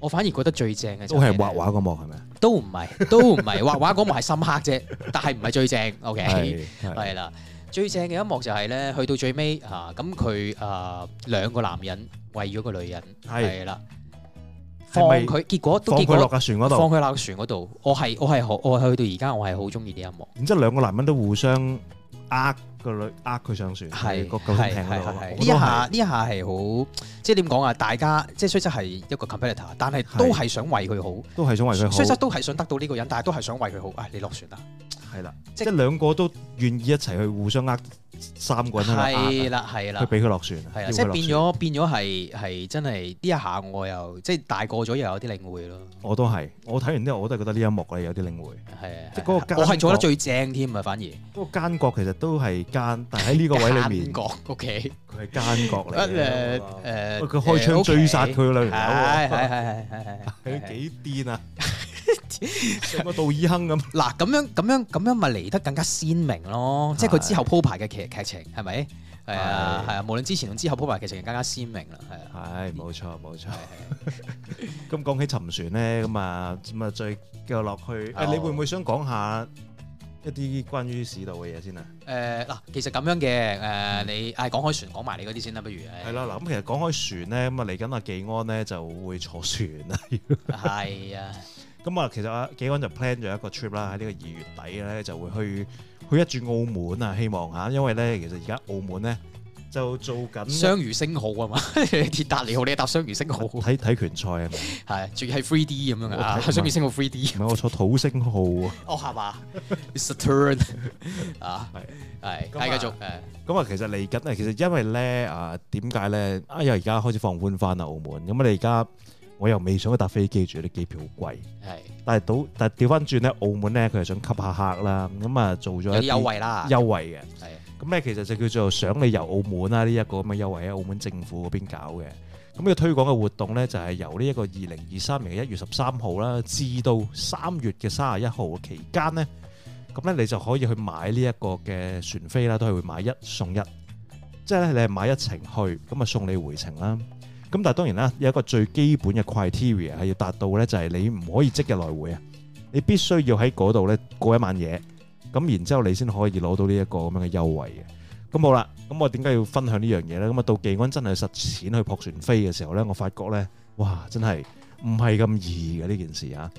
我反而覺得最正嘅就
都係
呢
畫，畫個幕係咪啊？
都唔係，都唔係畫畫嗰幕係深刻啫， 但係唔係最正。OK，
係係
係啦，最正嘅一幕就係咧，去到最尾啊，咁佢啊兩個男人為咗個女人
係
係啦，放
係咪
佢結果都
放
結
佢落
果
架船嗰
放
度，
佢落船嗰度，我係我係好，我去到而家我係好中意呢一幕。
然之後兩個男人都互相呃個女，呃佢上船，
係
個救生艇
係
嗰度啊。
係
我
係呢
都
一下呢一下係好，即係點講啊？大家即係雖則係一個 competitor，但係
係
都係想為佢好，
都係想為佢
雖則
好，
都係想得到呢個人，但係都係想為佢好。啊，你落船啦，
係啦，
即
即係兩個都願意一齊去互相呃三個人喺
係
度
啦係
呃，去
啦。
俾佢落船，
係
要
啦，
佢
即係
落
變
船。
咗變咗係係真係呢一下，我又即係大個咗又有啲領會咯，
我都係，我睇完之後我都係覺得呢一幕我有啲領會。
係啊
即係嗰個
係啊
奸
我係做得
角
最正添啊，反而呢
嗰個奸角其實都係奸，但喺呢個位 裏面，
角，OK，呃
佢係奸角 嚟
誒誒
嘅。
誒
喂佢開槍追殺佢兩條友
呃係係
喎，
係係係 係
佢幾癲 啊！成個杜爾亨咁。
嗱，咁樣咁樣咁樣咪嚟得更加鮮明咯，即係佢
係
之後鋪排嘅劇劇情係咪？係啊
係
係啊，無論之前同之後鋪排嘅劇情更加鮮明啦，係 啊。
係冇錯冇錯
係。係
咁講起沉船咧，咁啊咁啊，再繼續落去。誒，
哦
你會唔會想講下一啲關於市道嘅嘢先啊？
誒嗱，其實咁樣嘅誒，你誒講開船講埋你嗰啲先啦，不如
係
嗯係
啦，嗱，咁其實講開船咧，咁啊嚟緊啊技安咧就會坐船啦。
係 啊，
咁啊，其實啊技安就 plan 咗一個 trip 啦，喺呢個二月底咧就會去去一轉澳門啊，希望嚇，因為咧其實而家澳門咧就做緊
雙魚星號啊嘛， 鐵達尼號你係搭雙魚星號，
睇睇拳賽啊嘛，
係仲要係 three D 咁樣
我
啊，
睇唔係
雙魚星號 three D，
唔係我坐土星號啊。
哦係嘛 ，Saturn 啊，係
咁啊
係繼續誒，
咁啊，其實嚟緊啊，其實因為咧啊，點解咧？啊，因為而家開始放寬翻啦，澳門。咁啊，你而家我又未想去搭飛機住，啲機票好貴。
係
但係到但係調翻轉咧，澳門咧佢係想吸下客啦。咁啊，做咗
有
一
啲
啲
優惠啦，
優惠嘅。
係
咁咧其實就叫做想你遊澳門啦，呢一個咁嘅優惠啊喺澳門政府嗰邊搞嘅。咁呢個推廣嘅活動咧，就係由呢一個二零二三年嘅一月十三號啦，至到三月嘅三十一號期間咧，咁咧你就可以去買呢一個嘅船飛啦，都係會買一送一，即係咧你係買一程去，咁啊送你回程啦。咁但係當然啦，有一個最基本嘅 criteria 係要達到咧，就係你唔可以即日來回啊，你必須要喺嗰度咧過一晚夜。咁然之後你先可以攞到呢一個咁樣嘅優惠嘅。咁好啦，咁我點解要分享呢樣嘢呢？咁啊，到技安真係實踐去撲船飛嘅時候呢，我發覺呢，哇，真係唔係咁易嘅呢件事啊！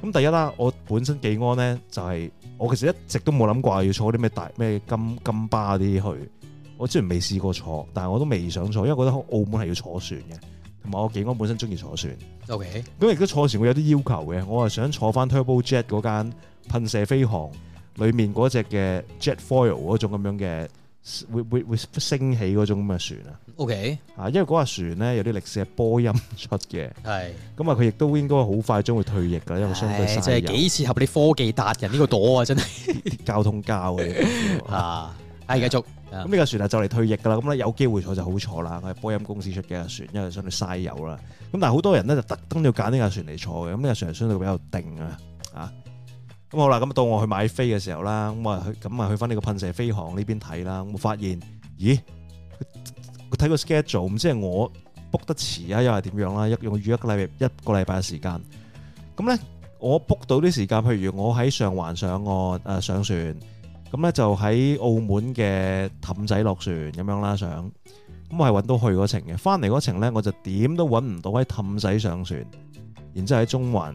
咁第一啦，我本身技安呢，就係、我其實一直都冇諗過話要坐啲咩大咩金金巴啲去，我之前未試過坐，但係我都未想坐，因為覺得澳門係要坐船嘅，同埋我技安本身中意坐船。
OK。
咁亦都坐船會有啲要求嘅，我係啊想坐翻 Turbo Jet 嗰間噴射飛航裡面嗰只嘅 jet foil 嗰種咁樣嘅，會會會升起嗰種咁嘅船啊！
O K，
啊，因為嗰架船咧有啲歷史係波音出嘅，
係，
咁啊佢亦都應該好快將會退役㗎，因為相對
唉
細
真係
有
幾切合你科技達人呢個朵啊，真係
啲交通交嘅。
啊！係繼續，
咁呢架船啊就嚟退役㗎啦，咁咧有機會坐就好坐啦。佢係波音公司出嘅架船，因為相對嘥油啦。咁但係好多人咧就特登要揀呢架船嚟坐嘅，咁呢架船係相對比較定啊，啊。咁好啦，咁到我去買飛嘅時候啦，咁啊去咁啊去翻呢個噴射飛航呢邊睇啦，咁我發現，咦，佢佢睇個 schedule，唔知係我 book 得遲啊，又係點樣啦？一用預一個禮拜一個禮拜嘅時間，咁咧我 book 到啲時間，譬如我喺上環上岸誒、呃上船。咁咧就喺澳門嘅氹仔落船咁樣啦，上咁我係揾到去嗰程嘅，翻嚟嗰程咧我就點都揾唔到喺氹仔上船，然之後喺中環誒、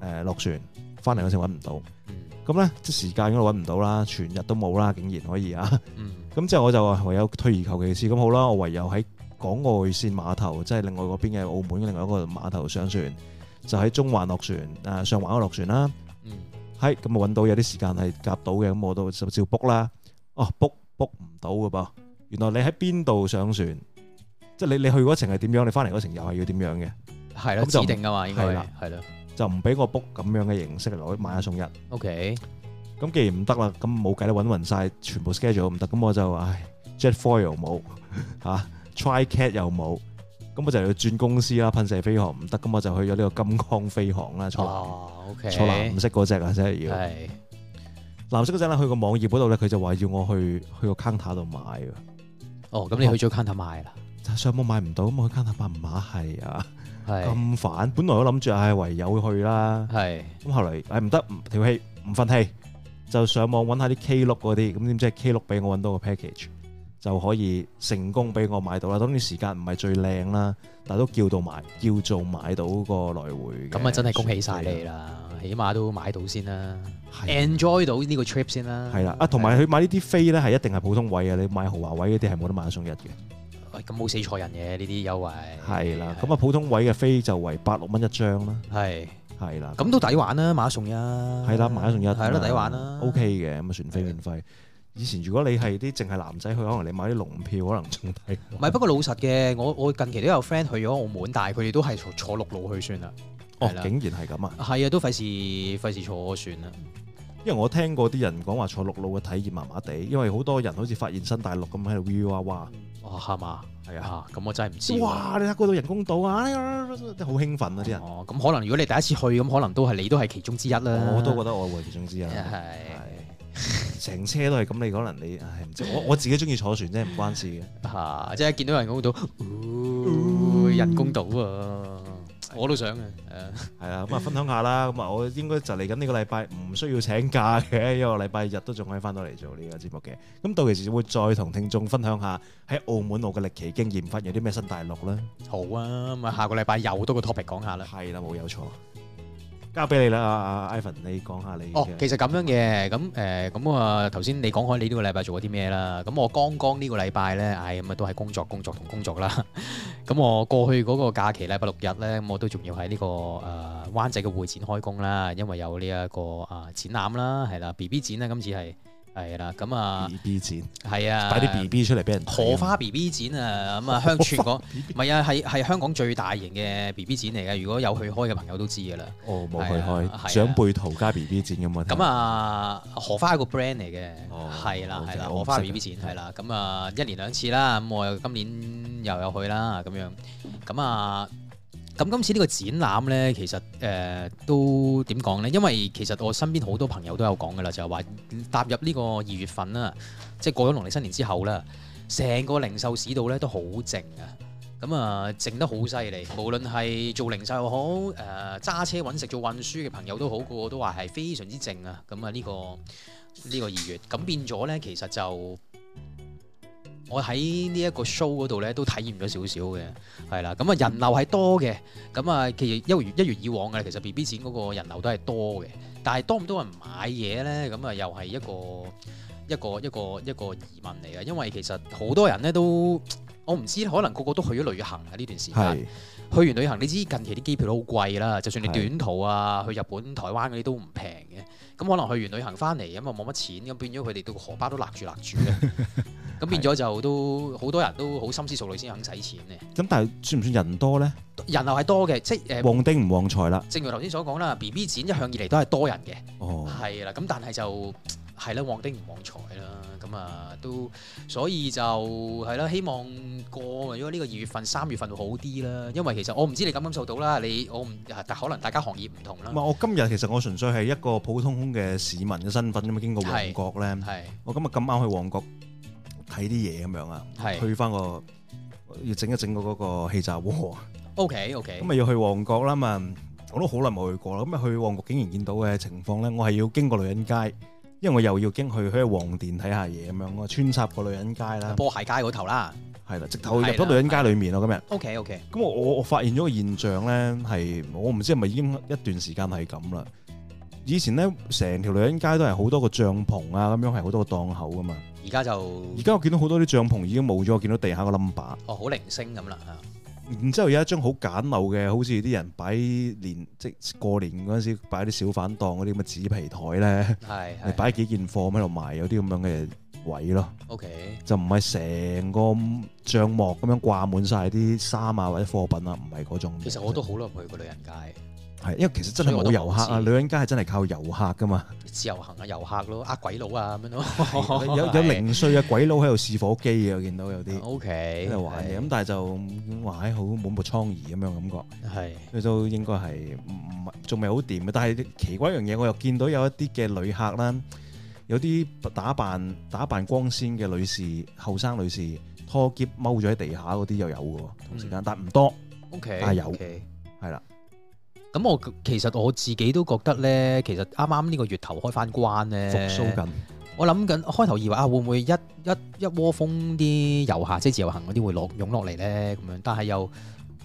呃落船，翻嚟嗰程揾唔到，
嗯
咁咧即係時間嗰度揾唔到啦，全日都冇啦，竟然可以啊！
嗯
咁之後我就話唯有退而求其次，咁好啦，我唯有喺港外線碼頭，即係另外嗰邊嘅澳門嘅另外一個碼頭上船，就喺中環落船誒、呃上環嗰度落船啦。
嗯，
係咁啊，揾到有啲時間係夾到嘅，咁我都就照 book 啦。哦，book book 唔到嘅噃，原來你喺邊度上船，即係你你去嗰程係點樣，你翻嚟嗰程又係要點樣嘅，
係啦，
咁就
指定噶嘛，應該
係
係
啦
係啦。
就唔俾我 book 咁樣嘅形式嚟攞買一送一。
OK，
咁既然唔得啦，咁冇計啦，揾暈晒全部 schedule 唔得，咁我就唉 jet foil 又冇嚇、try cat 又冇，咁我就要轉公司啦，噴射飛航唔得，咁我就去咗呢個金剛飛航啦，坐藍、
哦，OK，
坐藍色嗰只啊，真係要。
係
藍色嗰陣咧，去個網頁嗰度咧，佢就話要我去去個 counter 度買喎
哦，咁你去咗 counter 賣啦，
上網買唔到，咁我去 counter 買唔買係啊？
係
咁煩，本來我諗住係唯有去啦，
係
咁後嚟誒唔得，唔條氣唔憤氣，就上網揾下啲 K 碌嗰啲，咁點知係 K 碌俾我揾到個 package，就可以成功俾我買到啦。當然時間唔係最靚啦，但係都叫到買，叫做買到個來回嘅。
咁啊，真係恭喜晒你啦，起碼都買到先啦
啊係啊
，enjoy 到呢個 trip 先啦。
係啦，啊同埋佢買呢啲飛咧係一定係普通位啊，你買豪華位嗰啲係冇得買一送一嘅。
喂咁冇死錯人嘅呢啲優惠。
係啦，咁啊普通位嘅飛就為八六蚊一張啦，
係
係啦，
咁都抵玩啦，買一送一。係
係啦，買一送一，
係啦，抵玩啦。
，OK 嘅，咁啊船飛免費。以前如果你係啲淨係男仔去，可能你買啲龍票，可能仲抵。
唔係，不過老實嘅，我我近期都有 friend 去咗澳門，但係佢哋都係坐坐陸路去算啦。
哦
係，啦
竟然係咁啊！
係啊，都費事費事坐船啊啦。
因為我聽過啲人講話坐陸路嘅體驗麻麻地，因為好多人好似發現新大陸咁喺度 view 啊，哇，
哇，哦係嘛？
係啊，
啊，咁我真係唔知喎。
哇！你睇嗰度人工島啊，啊好興奮啊啲人，
哦，咁可能如果你第一次去，咁可能都係你都係其中之一啦。
我都覺得我會其中之一。
係
係成車都係咁，你可能你唉唔知，我我自己中意坐船啫，唔關事嘅。
嚇，啊即係見到人工島，哦人工島啊，我都想啊。誒
係啊，咁啊分享下啦。咁啊，我應該就嚟緊呢個禮拜唔需要請假嘅，因為我禮拜日都仲可以翻到嚟做呢個節目嘅。咁到時會再同聽眾分享下喺澳門我嘅歷奇經驗，發現有啲咩新大陸啦。
好啊，咁啊，下個禮拜又多個 topic 講下啦。
係啦，冇有錯。交俾你啦，阿阿 Ivan，你講下你
哦，
嘅
其實咁樣嘅，咁誒，咁啊，頭先你講開你呢個禮拜做咗啲咩啦？咁我剛剛呢個禮拜咧，唉，咁啊都係工作、工作同工作啦。 咁我過去嗰個假期禮拜六日咧，咁我都仲要喺呢個誒灣仔嘅會展開工啦，因為有呢一個啊展覽啦，係啦，B B 展啦，啊今次係係啦，咁啊
B B 展，
係啊，
帶嗯啲 B B 出嚟俾人睇啊
荷花 B B 展啊，咁啊香全港唔係啊，係係香港最大型嘅 B B 展嚟嘅，如果有去開嘅朋友都知㗎啦。
哦，冇去開
係啊係啊
長輩圖加 B B 展咁啊。
咁啊，荷花係個 brand 嚟嘅
哦，
係啦
OK，
係啦，
我唔
荷花
識
B B 展
嘅
係啦，咁啊一年兩次啦，咁我又今年又有去啦，咁樣，咁啊，咁今次呢個展覽咧，其實誒、呃都點講咧？因為其實我身邊好多朋友都有講噶啦，就係話踏入呢個二月份啦，即係過咗農曆新年之後啦，成個零售市道咧都好靜啊！咁啊，靜得好犀利，
嗯
無論係做零售又好，誒、揸車揾食做運輸嘅朋友都好，個個都話係非常之靜啊！咁啊，呢、個呢、個二月，咁變咗呢，其實就我喺呢一個 show 嗰度呢，都體驗咗少少嘅，係啦。咁啊，人流係多嘅，咁啊，其實一如一如以往嘅，其實 B B 展嗰個人流都係多嘅，但係多唔多人買嘢呢？咁啊，又係一個一個一個一個疑問嚟嘅，因為其實好多人呢都。我唔知，可能個個都去咗旅行啊！呢段時間，
係
去完旅行，你知近期啲機票都好貴啦，就算你
係
短途啊，去日本、台灣嗰啲都唔平嘅。咁可能去完旅行翻嚟，咁啊冇乜錢，咁變咗佢哋到個荷包都勒住勒住嘅。咁變咗就都好多人都好深思熟慮先肯使錢嘅。
咁，但係算唔算人多咧？
人流係多嘅，即係誒，
旺丁唔旺財啦。
正如頭先所講啦，B B 展一向以嚟都係多人嘅。
哦，
係啦，咁但係就係啦，旺丁唔旺財啦，咁啊都所以就係啦，希望過如果呢個二月份、三月份會好啲啦，因為其實我唔知你感唔感受到啦，你我唔啊但可能大家行業唔同啦
唔係，，我今日其實我純粹係一個普通嘅市民嘅身份咁啊，經過旺角咧。
係
我今日咁啱去旺角睇啲嘢咁樣啊，
係
去翻個要整一整個嗰個氣炸鍋，
OK OK，
咁咪要去旺角啦嘛。我都好耐冇去過啦，咁啊去旺角竟然見到嘅情況咧，我係要經過女人街，因為我又要經去去旺店睇下嘢咁樣，我穿插過女人街啦，
波鞋街嗰頭啦
係啦，直頭入
係啦
咗女人街裡面咯今日。
，OK OK，
咁我我我發現咗個現象咧，係我唔知係咪已經一段時間係咁啦。以前咧，成條女人街都係好多個帳篷啊，咁樣係好多個檔口噶嘛。
而家就
而家我見到好多啲帳篷已經冇咗，我見到地下個冧把。
哦好零星咁啦嚇，
然之後有一張好簡陋嘅，好似啲人擺年即過年嗰陣時擺啲小販檔嗰啲咁嘅紙皮台咧，
係
你
係
擺幾件貨咁喺度賣，有啲咁樣嘅位咯，
OK
就唔係成個帳幕咁樣掛滿晒啲衫啊或者貨品啊，唔係嗰種。
其實我都好耐冇去過女人街，
係，因為其實真係冇遊客
所以我都
啊，
唔知
女人街係真係靠遊客噶嘛，
自由行啊、遊客咯、呃鬼佬啊咁樣 咯，
有有零碎嘅鬼佬喺度試火機啊，我見到有啲
O
喺
K
度玩嘅，咁但係就哇好滿目瘡痍咁樣感覺。
係
佢都應該係唔唔係仲未好掂嘅，但係奇怪一樣嘢，我又見到有一啲嘅旅客啦，有啲打扮打扮光鮮嘅女士、後生女士拖篋踎咗喺地下嗰啲又有嘅喎，同
嗯
時間，但唔多，
O K
但係有
O K
係啦，
咁我其實我自己都覺得咧，其實啱啱呢個月頭開翻關咧，
復甦緊，
我諗緊開頭以為啊，會唔會一一一窩蜂啲遊客即係自由行嗰啲會落湧落嚟咧咁樣，但係又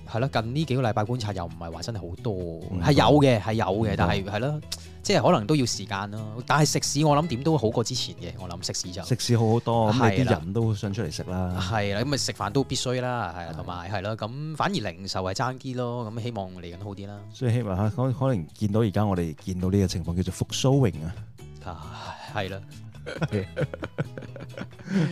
係咯，近呢幾個禮拜觀察又唔係話真係好多，係有嘅係有嘅
嗯，
但係係咯，即係可能都要時間咯。但係食肆我諗點都好過之前嘅，我諗食肆就
食肆好好多，咁你
係
啲
啦
人都想出嚟食啦，
係啦，咁咪食飯都必須啦，係啦啊
係，
同埋係咯，咁反而零售係爭啲咯，咁希望嚟緊好啲啦。
所以希望嚇可可能見到而家我哋見到呢個情況叫做復甦榮啊，
啊，係啦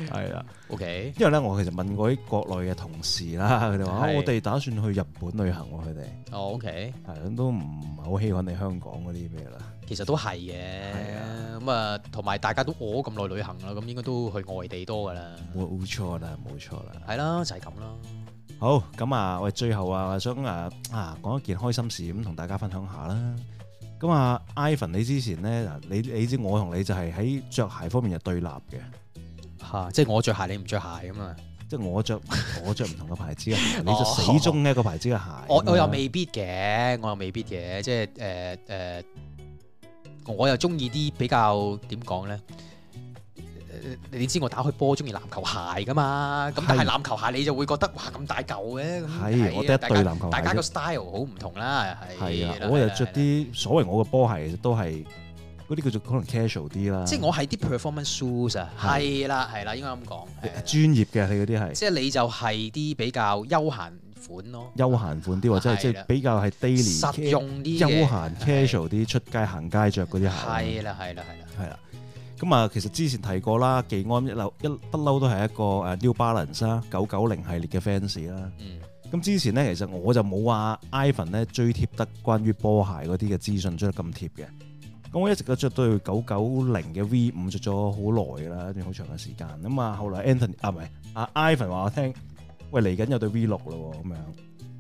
係
啊
啦。
，OK，
因為咧，我其實問過啲國內嘅同事啦， 佢哋話啊
係
我哋打算去日本旅行喎，佢哋
哦，OK。
係都唔係好稀罕你香港嗰啲咩啦。
其實都係
係啊
嘅，咁啊，同埋大家都餓咗咁耐旅行啦，咁應該都去外地多噶啦，
冇冇錯啦，冇錯啦。
係啦，就係咁啦。
好，咁啊，我哋最後啊，想啊啊講一件開心事咁，同大家分享下啦。咁啊，Ivan，你之前咧，嗱你你知我同你就係喺着鞋方面就對立嘅，
嚇，即係我着鞋，你唔着鞋咁啊！
即係我着我着唔同嘅牌子嘅鞋，你就
哦
死忠一個牌子嘅鞋。
我
咁啊
我又未必嘅，我又未必嘅，即係誒誒，我又中意啲比較點講咧？誒你知我打開波中意籃球鞋噶嘛？咁但係
係
籃球鞋你就會覺得哇咁大嚿嘅，咁
係我
啊
得一
大
對
家
籃球
大家
鞋
個
啫。
style 好唔同啦，係
哦係
啦
啊，我又
係啦
着
係啦
啲所謂我嘅波鞋，其實都係嗰啲叫做可能 casual 啲啦，
即係我係啲 performance shoes 啊，
啊係
係啦係啦，應該咁講。係啦
專業嘅你嗰啲係
即係你就係啲比較休閒款咯，
休閒款啲，或者係即
係
係
啦
比較係 daily
實
ca-
用啲
休
嘅
閒 casual 啲，出街行街着嗰啲鞋啦。
係啊啦係啦係啦，
係啦。咁啊，其實之前提過啦，技安一流一不嬲都係一個誒 New Balance 啦，九九零系列嘅 fans 啦。
嗯
咁之前呢，其實我就冇話 Ivan 咧追貼得關於波鞋嗰啲嘅資訊追得咁貼嘅。咁我一直都着對九九零嘅 V 五着咗好耐啦，一段好長嘅時間。咁啊，後來 Anthony 啊，唔係啊 Ivan 話我聽，喂嚟緊有對 V 六咯喎咁樣。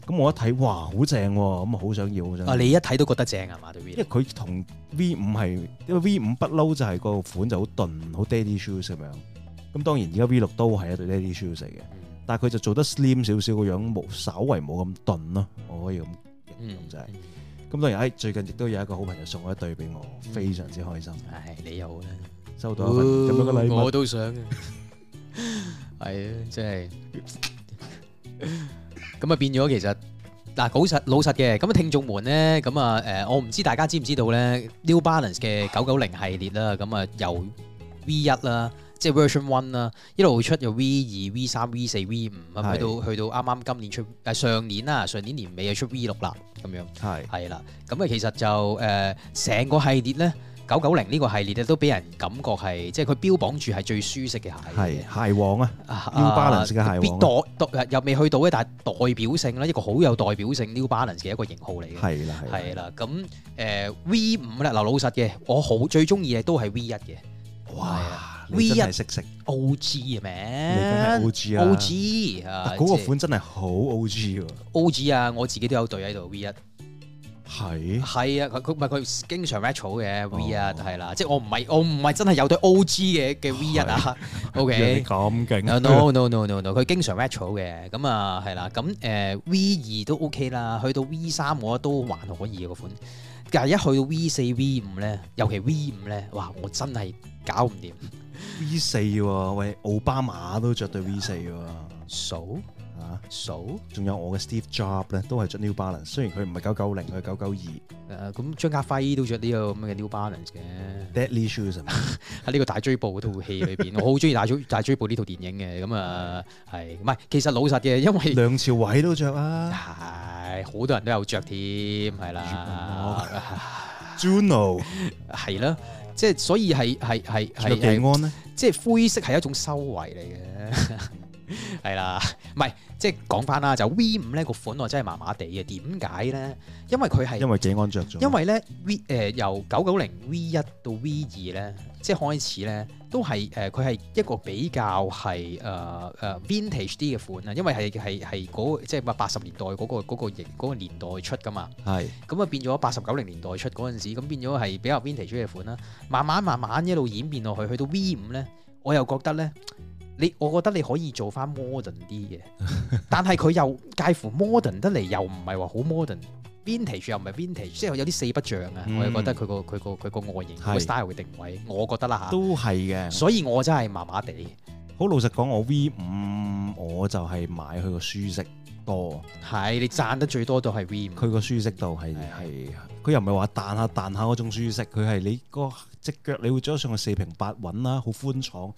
咁我一睇，哇，好正喎！咁啊，好想要，好想要
啊你一睇都覺得正啊嘛對
因
V，
為佢同 V 五係，因為 V 五不嬲就係個款就好頓，好 daddy shoes 咁樣。咁當然而家 V 六都係一對 daddy shoes 嚟嘅，
嗯
但係佢就做得 slim 少少，個樣冇稍為冇咁頓咯，我可以咁形容
嗯
就係。咁當然，誒最近亦都有一個好朋友送咗一對俾我，
嗯
非常之開心，
唉你有啦，
收到一份咁樣嘅禮
哦我
物。
都想 嘅，係啊真係，咁啊變咗其實。嗱，老實老實嘅，咁啊聽眾們咧，咁啊誒，我唔知大家知唔知道咧，New Balance 嘅九九零系列啦，咁啊由 V 一啦，即係 Version One 啦，一路出就 V 二、V 三、V 四、V 五
係
啊，去到去到啱啱今年出誒上年啦，上年年尾啊出 V 六啦，咁樣
係
係啦，咁啊其實就誒成、個系列咧，九九零呢個系列咧都俾人感覺係即係佢標榜住係最舒適嘅鞋嚟嘅
係鞋王啊，
啊
New Balance 嘅鞋王
必代代又未去到嘅，但係代表性咧，一個好有代表性 New Balance 嘅一個型號嚟嘅。
係啦係
係
啦，
啦，咁誒、V 五啦，嗱老實嘅，我好最中意嘅都係 V 一嘅係
哇
啊！
你真
V
係
一
識食，
O G 啊
你梗係
man
O G 啦。
O G 啊，
但嗰個款真係好 O G 喎，
O G 啊，我自己都有對喺度 V 一。
係
係啊，佢佢唔係佢經常 retro 嘅 V 一
哦
係啦，即係我唔係我唔係真係有對 O.G. 嘅嘅 V 一
原
啊
來你
，OK。
咁勁啊
no no no no no，佢經常 retro 嘅，咁啊係啦，咁誒、V 二都 OK 啦，去到 V 三我覺得都還可以嘅個款，但係一去到 V 四 V 五咧，尤其 V 五咧，哇！我真係搞唔掂，
V 四喎，喂，奧巴馬都着對 V 四喎，
數
啊，
數
仲有我嘅 Steve Job 咧，都係着 New Balance，雖然佢唔係九九零，佢係九九二
誒咁張家輝都着呢個咁嘅 New Balance 嘅，
Deadly Shoes 係 咪
喺啊呢個大追捕嗰套戲裏邊，我好中意大追大追捕呢套電影嘅，咁啊係唔係？其實老實嘅，因 為
梁朝偉都着啊
係好多人都有着添，係啦，
，Juno
係啦，即係所以係係係
仲有
係
技
係
安咧，
即係灰色係一種修為嚟嘅，係啦，唔係即係講翻啦，就 V 五呢個款我真係麻麻地嘅，點解咧？因為佢係
因為技安着咗，
因為咧 V 誒、由九九零 V 一到 V 二咧，即係開始咧都係誒佢係一個比較係誒誒 vintage 啲嘅款啊，因為係係係嗰即係話八十年代嗰、個嗰、個型嗰、個年代出噶嘛，
係
咁啊變咗八十九零年代出嗰陣時，咁變咗係比較 vintage 啲嘅款啦。慢慢慢慢一路演變落去，去到 V 五咧，我又覺得咧。你我覺得你可以做翻 modern 啲嘅，但係佢又介乎 modern 得嚟，又唔係話好 modern。vintage 又唔係 vintage，即係有啲四不像啊！
嗯
我又覺得佢個佢個佢個外形
係
個 style 嘅定位，我覺得啦嚇。
都係嘅。
所以我真係麻麻地，
好老實講，我 V 五我就係買佢個舒適多，
係你賺得最多都係 V 五，
佢個舒適度係
係
係佢又唔係話彈下彈下嗰種舒適，佢係你個只腳你會着上去四平八穩啦，好寬敞，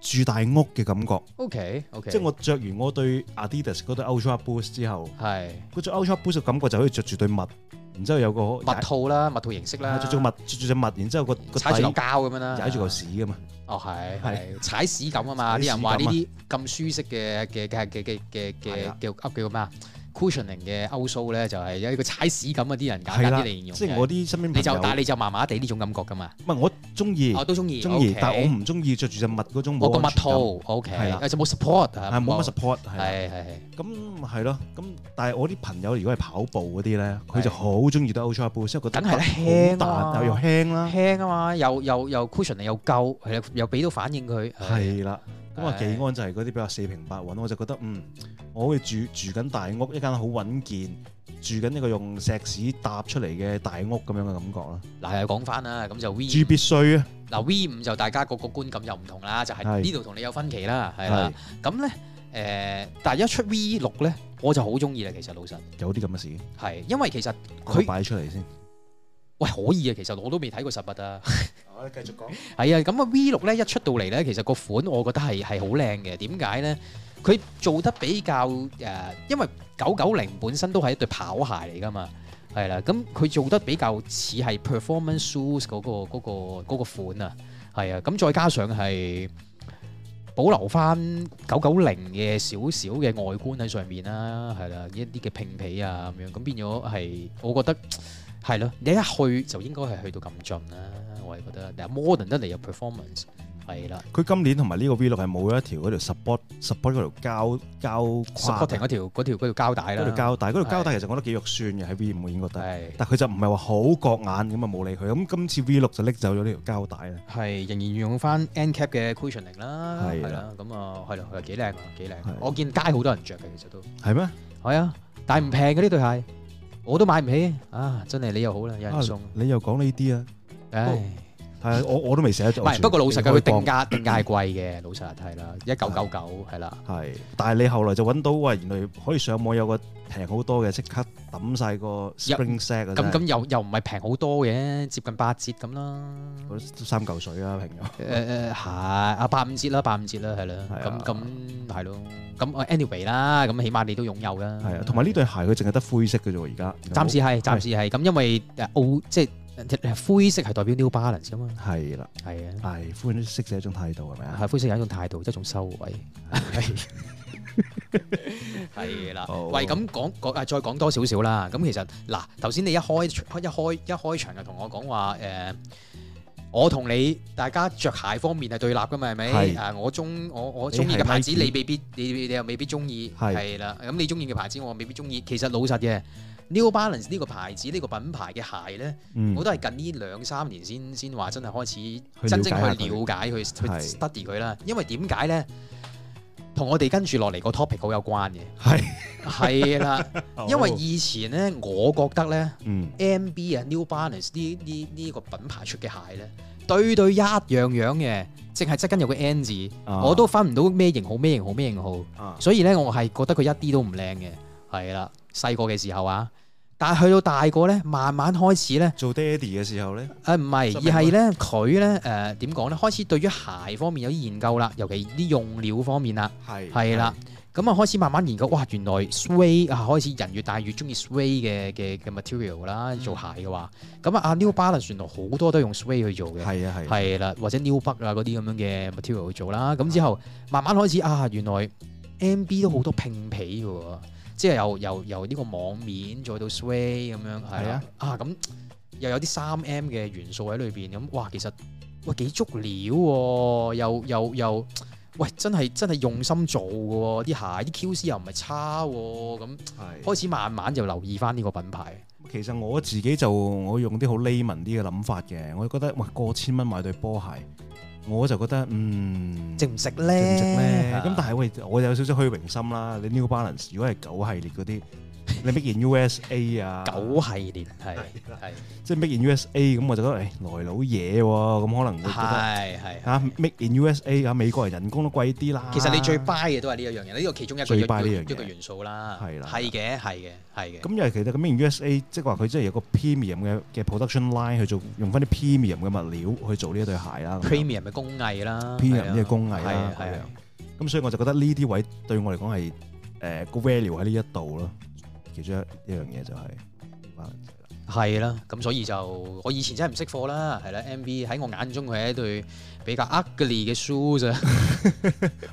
住大屋嘅感覺。
OK OK，
即係我着完我對 Adidas 嗰對 Ultra Boost 之後，
係
嗰對 Ultra Boost 嘅感覺就好似着住對襪，然之後有個
密套啦，密套形式啦，
係，着住個襪，着住隻襪，然之後個個
踩住啊嚿
底
膠咁樣啦，
踩住嚿屎㗎嘛。
哦，
係
係係踩屎咁啊嘛！
踩
啲
屎
人話呢
咁啊
啲咁舒適嘅嘅嘅嘅嘅嘅
係
嘅
啦
叫叫咩啊？cushioning 嘅歐蘇咧，就係有一個踩屎咁啊！啲人簡
係
單
啦，
啲嚟形容嘅，
即係我啲身邊
你就
朋
但係
友，
你就麻麻地呢種感覺噶嘛？
唔係我中意
我都中意，
中意
OK，
但係我唔中意着住隻襪嗰種
我個
冇
密
安全
套
感。
OK，
係啦
啊就冇 support 啊
係冇乜 support 係啦。
係係係
咁係咯，咁但係我啲朋友如果係跑步嗰啲咧，佢
係
就好中意得 Ultra Boost，因為覺得
梗係啦
好
輕啊
彈又又輕啦，
輕啊嘛，又又又 cushioning 又夠，係啦又俾到反應佢，
係啦。咁啊，
係
技安就係嗰啲比較四平八穩，我就覺得嗯，我會住住緊大屋，一間好穩健，住緊一個用石屎搭出嚟嘅大屋咁樣嘅感覺啦。
嗱又講翻啦，咁就 V
住必須啊，
嗱 V 五就大家個個觀感又唔同啦，就係
係
呢度同你有分歧啦，係啦
係。
咁咧誒，但係一出 V 六咧，我就好中意啦。其實老實
有啲咁嘅事，
係，因為其實
佢
佢
擺出嚟先。
喂可以啊。其實我都未睇過實物啊。
我哋繼續講。
係啊，咁啊 V 六咧一出到嚟咧，其實個款我覺得係係好靚嘅。點解咧？佢做得比較誒、呃因為九九零本身都係一對跑鞋嚟噶嘛，係啦。咁佢做得比較似係 performance shoes 嗰、個嗰、個嗰個款啊，係啊。咁再加上係保留翻九九零嘅少少嘅外觀喺上面啦，係啦，一啲嘅拼皮啊咁樣，咁變咗係我覺得。係咯，你一去就應該係去到咁盡啦，我係覺得。嗱，modern 得嚟有 performance，係啦
佢今年同埋呢個 V 六係冇一條嗰條 support support 嗰條膠膠框
，supporting
啊
嗰條嗰條嗰條膠帶啦，
嗰條膠帶，嗰條膠帶
係
其實我覺得幾肉酸嘅喺 V 五已經覺得。
係
但佢就唔係話好覺眼咁啊，冇理佢。咁今次 V 六就拎走咗呢條膠帶啦。
係仍然用翻 end cap 嘅 cushioning 啦，
係啦
係啦，咁啊係咯，係幾靚啊，幾靚
係。
我見街好多人着嘅，其實都
係咩？
係啊，但係唔平嘅呢對鞋，我都買唔起啊！真係你又好啦，有人送
啊，你又講呢啲啊？
唉。
係我我都未寫得
唔
咗。
係，不過老實
嘅
嘅，佢定價定價係貴嘅，老實係啦，一九九九係啦，
係，但係你後來就揾到喂，原來可以上網有個平好多嘅，即刻抌晒個 spring set 啊！
咁
真係
咁又又唔係平好多嘅，接近八折咁啦。
嗰三嚿水啊，平咗。
誒誒係呃啊，八五折啦，八五折啦，係啦，
係啊
咁咁係咯，咁啊 anyway 啦，咁起碼你都擁有啦，
係啊，同埋呢對鞋佢淨係得灰色嘅啫喎，而家
暫時係暫時係咁，因為誒澳即係呃灰色係代表 New Balance 啊嘛，
係啦，
係啊，
係歡迎識者一種態度係咪啊？
係灰色有一種態度，一種 修為，係啦
好，
喂，咁講講啊，再講多少少啦，咁其實嗱，頭先你一開一開一開場就同我講話誒。我同你大家着鞋方面係對立噶嘛，係咪？
係
啊，我中我我
你
中意嘅
係
牌子，
Nike
你未必你你又未必中意，
係
係啦。咁你中意嘅牌子，我未必中意。其實老實嘅，New Balance 呢個牌子呢個品牌嘅鞋咧，
嗯
我，都係近呢兩三年先先話真係開始
去
真正
了解下
去了
佢
解佢，去
係
study 佢啦。因為點解咧？同我哋跟住落嚟個 topic 好有關嘅，
係
係 啦。因為以前咧，我覺得咧
嗯
，MB 啊 New Balance 呢呢呢個品牌出嘅鞋咧，對對一樣樣嘅，淨係側跟有個 N 字，
啊
我都分唔到咩型號咩型號咩型號，
啊
所以咧我係覺得佢一啲都唔靚嘅，係啦，細個嘅時候啊，但係去到大個咧，慢慢開始咧。
做爹哋嘅時候咧，
誒啊唔係，
就明
而係咧佢咧誒點講咧，開始對於鞋方面有啲研究啦，尤其啲用料方面啦，
係
係啦，，咁啊開始慢慢研究，哇原來 suede 啊開始人越大越中意 suede 嘅嘅嘅 material 啦，做鞋嘅話，咁啊啊 New Balance 原來好多都用 suede 去做嘅。
係啊係啊，
係啦，或者 New Bug 啊嗰啲咁樣嘅 material 去做啦。咁之後慢慢開始啊，原來 MB 都好多拼皮嘅喎，即係由由由呢個網面再到 sway 咁樣係
係
啦
啊。
啊咁又有啲三 M 嘅元素喺裏邊，咁哇其實喂幾足料喎、又又又喂真係真係用心做嘅喎，啲鞋啲 QC 又唔係差喎、咁
係
開始慢慢就留意翻呢個品牌。
其實我自己就我用啲好 layman 啲嘅諗法嘅，我覺得哇過千蚊買對波鞋，我就覺得嗯
值唔值
值
咧？
唔值咧？咁但
係
係喂，我有少少虛榮心啦。你 New Balance 如果係九系列嗰啲，你 Make in USA 啊，
九系列係係
即係 Make in USA 咁，我就覺得誒來佬嘢喎，咁可能會覺得
係係。
啊 Make in USA 啊美國人人工都貴啲啦。
其實你最 buy 嘅都係呢一樣嘢，呢個其中一個
最 buy 呢樣嘢
一個元素啦。
係啦
係嘅，係嘅，係嘅。
咁因為其實咁 Make in USA 即係話佢真係有個 premium 嘅嘅 production line 去做，用翻啲 premium 嘅物料去做呢一對鞋啦。咁樣
premium 嘅工藝啦
premium
係啊
嘅工藝啦
係啊
咁
係
樣
啊
咁所以我就覺得呢啲位對我嚟講係誒個 value 喺呢一度咯。其中一一樣嘢就係啊 New Balance 啦
係啦。咁所以就我以前真係唔識貨啦，係啦。M V 喺我眼中佢係一對比較 ugly 嘅 shoes 啊。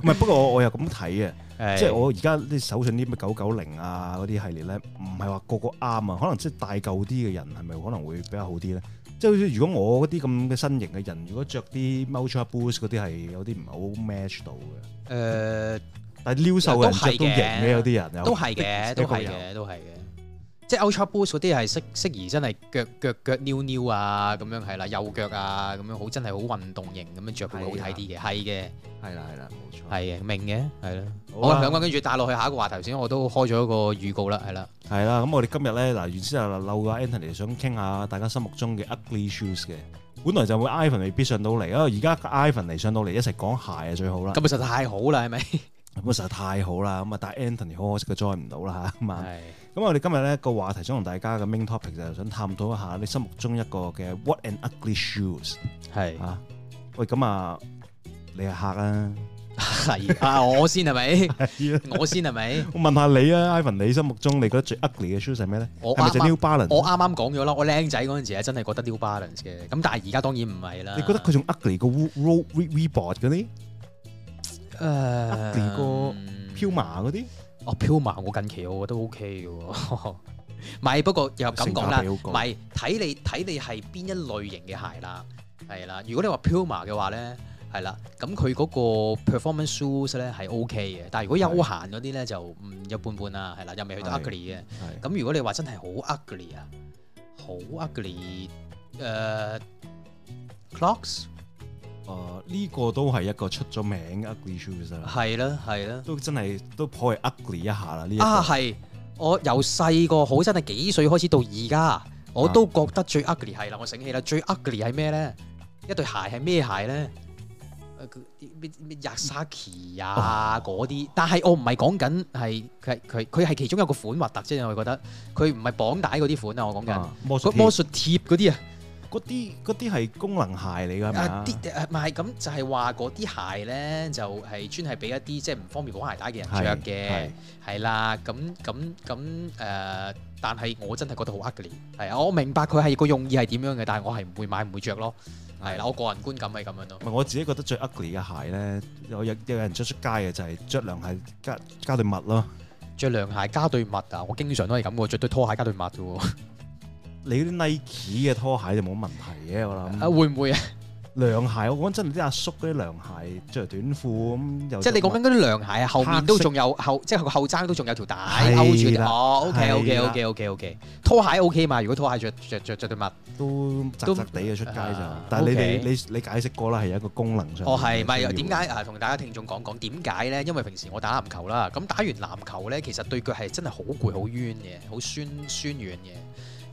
唔係，不過我我又咁睇嘅。
係
即係我而家啲手信啲咩九九零啊嗰啲系列咧，唔係話個個啱啊，可能即係大舊啲嘅人係咪可能會比較好啲咧？即係好似如果我嗰啲咁嘅身形嘅人，如果着啲 Ultra Boost 嗰啲係有啲唔係好 match 到嘅，
誒
但係撩瘦嘅人
都係
着都型
嘅
嘅有啲人有
都係嘅，都係
有
嘅，都係嘅。即係 Ultra Boost 嗰啲係適適宜真係腳腳腳扭扭啊咁樣係啦，右腳啊咁樣好真係好運動型咁樣着會好睇啲嘅，係嘅。
係啦係啦冇錯
係嘅，明嘅，係啦。
哦好
好
啊
啦，兩個跟住帶落去下一個話題先，我都開咗一個預告啦，係啦，
係啦，咁我哋今日咧嗱，原先啊漏啊 Anthony 想傾下大家心目中嘅 ugly shoes 嘅，本來就會 Ivan 未必上到嚟啊，而家 Ivan 嚟上到嚟一齊講鞋啊最好啦。
咁實在太好啦，係咪？
咁啊實在太好啦，咁啊但係 Anthony 好可惜佢 join 唔到啦嚇，咁啊
係
咁我哋今日咧個話題想同大家嘅 main topic 就係想探討一下你心目中一個嘅 what an ugly shoes
係
啊！喂，咁啊，你係客啊？
係啊，我先係咪？ 我先係咪？
我問下你啊，Ivan，你心目中你覺得最 ugly 嘅 shoes 係咩咧？
我
係咪就
啱啱
New Balance？
我啱啱講咗啦，我靚仔嗰陣時咧，真係覺得 New Balance 嘅，咁但係而家當然唔係啦。
你覺得佢仲 ugly 過 Road Reebok 嗰啲、
誒
ugly 過 Puma 嗰啲？
嗯哦，Puma 我近期我覺得 OK 嘅喎， 唔係不過又咁講
性價
啦，
比好高
唔係睇你睇你係邊一類型嘅鞋啦，係啦。如果你話 Puma 嘅話咧，係啦，咁佢嗰個 performance shoes 咧係 OK 嘅，但係如果休閒嗰啲咧就嗯一般般啦，係啦，又未去到
係
ugly 嘅。
係
咁如果你話真係好 ugly 啊，好 ugly 呃誒、clocks
誒呢個都係一個出咗名嘅 ugly shoes 啦，
係啦係啦。
都真係都頗為 ugly 一下啦呢一個
啊，係我由細個好真係幾歲開始到而家，
啊
我都覺得最 ugly 係啦，我醒起啦，最 ugly 係咩咧？一對鞋係咩鞋咧？誒嗰啲咩咩 Yasaki 啊
哦
嗰啲，但係我唔係講緊係佢佢佢係其中一個款核突啫，我覺得佢唔係綁帶嗰啲款啊，我講緊
啊魔
個
術
魔
貼
術貼嗰啲啊。
嗰啲嗰啲係功能鞋嚟㗎係咪
啊
啊
啲誒唔係咁，就係話嗰啲鞋咧，就係專係俾一啲即係唔方便綁鞋帶嘅人着嘅
係，
係啦。咁咁咁誒，但係我真係覺得好 ugly。係啊，我明白佢係個用意係點樣嘅，但係我係唔會買唔會着咯。係啦，我個人觀感係咁樣咯
唔。係我自己覺得最 ugly 嘅鞋咧，有有有人着出街嘅就係着涼鞋加加對襪咯。
着涼鞋加對襪啊，我經常都係咁嘅，着對拖鞋加對襪嘅喎。
你嗰啲 Nike 嘅拖鞋就冇問題嘅，我
啊，
諗。
會唔會啊？
涼鞋我講真，啲阿叔嗰啲涼鞋着短褲咁又
即係你講緊嗰啲涼鞋啊，後面都
黑色
仲有後，即係個後踭都仲有條帶
係啦
勾住條。哦，OK OK
係啦
OK OK OK，拖鞋 OK 嘛？如果拖鞋着着着着對襪。
都窄窄地嘅出街
啊
就，但係你哋
OK
你你解釋過啦，係有一個功能上。
哦，係，咪點解啊？同大家聽眾講講點解咧？因為平時我打籃球啦，咁打完籃球咧，其實對腳係真係好攰、好冤嘅，好酸酸軟嘅。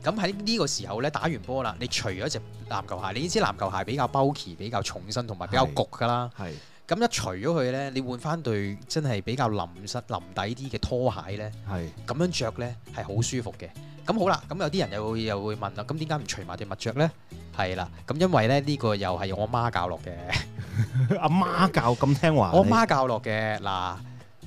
咁喺呢個時候咧，打完波啦，你除咗只籃球鞋，你知籃球鞋比較 bulky、比較重身同埋比較焗㗎啦。
係
咁一除咗佢咧，你換翻對真係比較淋實淋底啲嘅拖鞋咧，
係
咁樣着咧係好舒服嘅。咁好啦，咁有啲人又會又會問啦，咁點解唔除埋對襪着咧？係啦，咁因為咧呢、個又係我媽教落嘅，
阿媽教咁聽話，
我媽教落嘅嗱。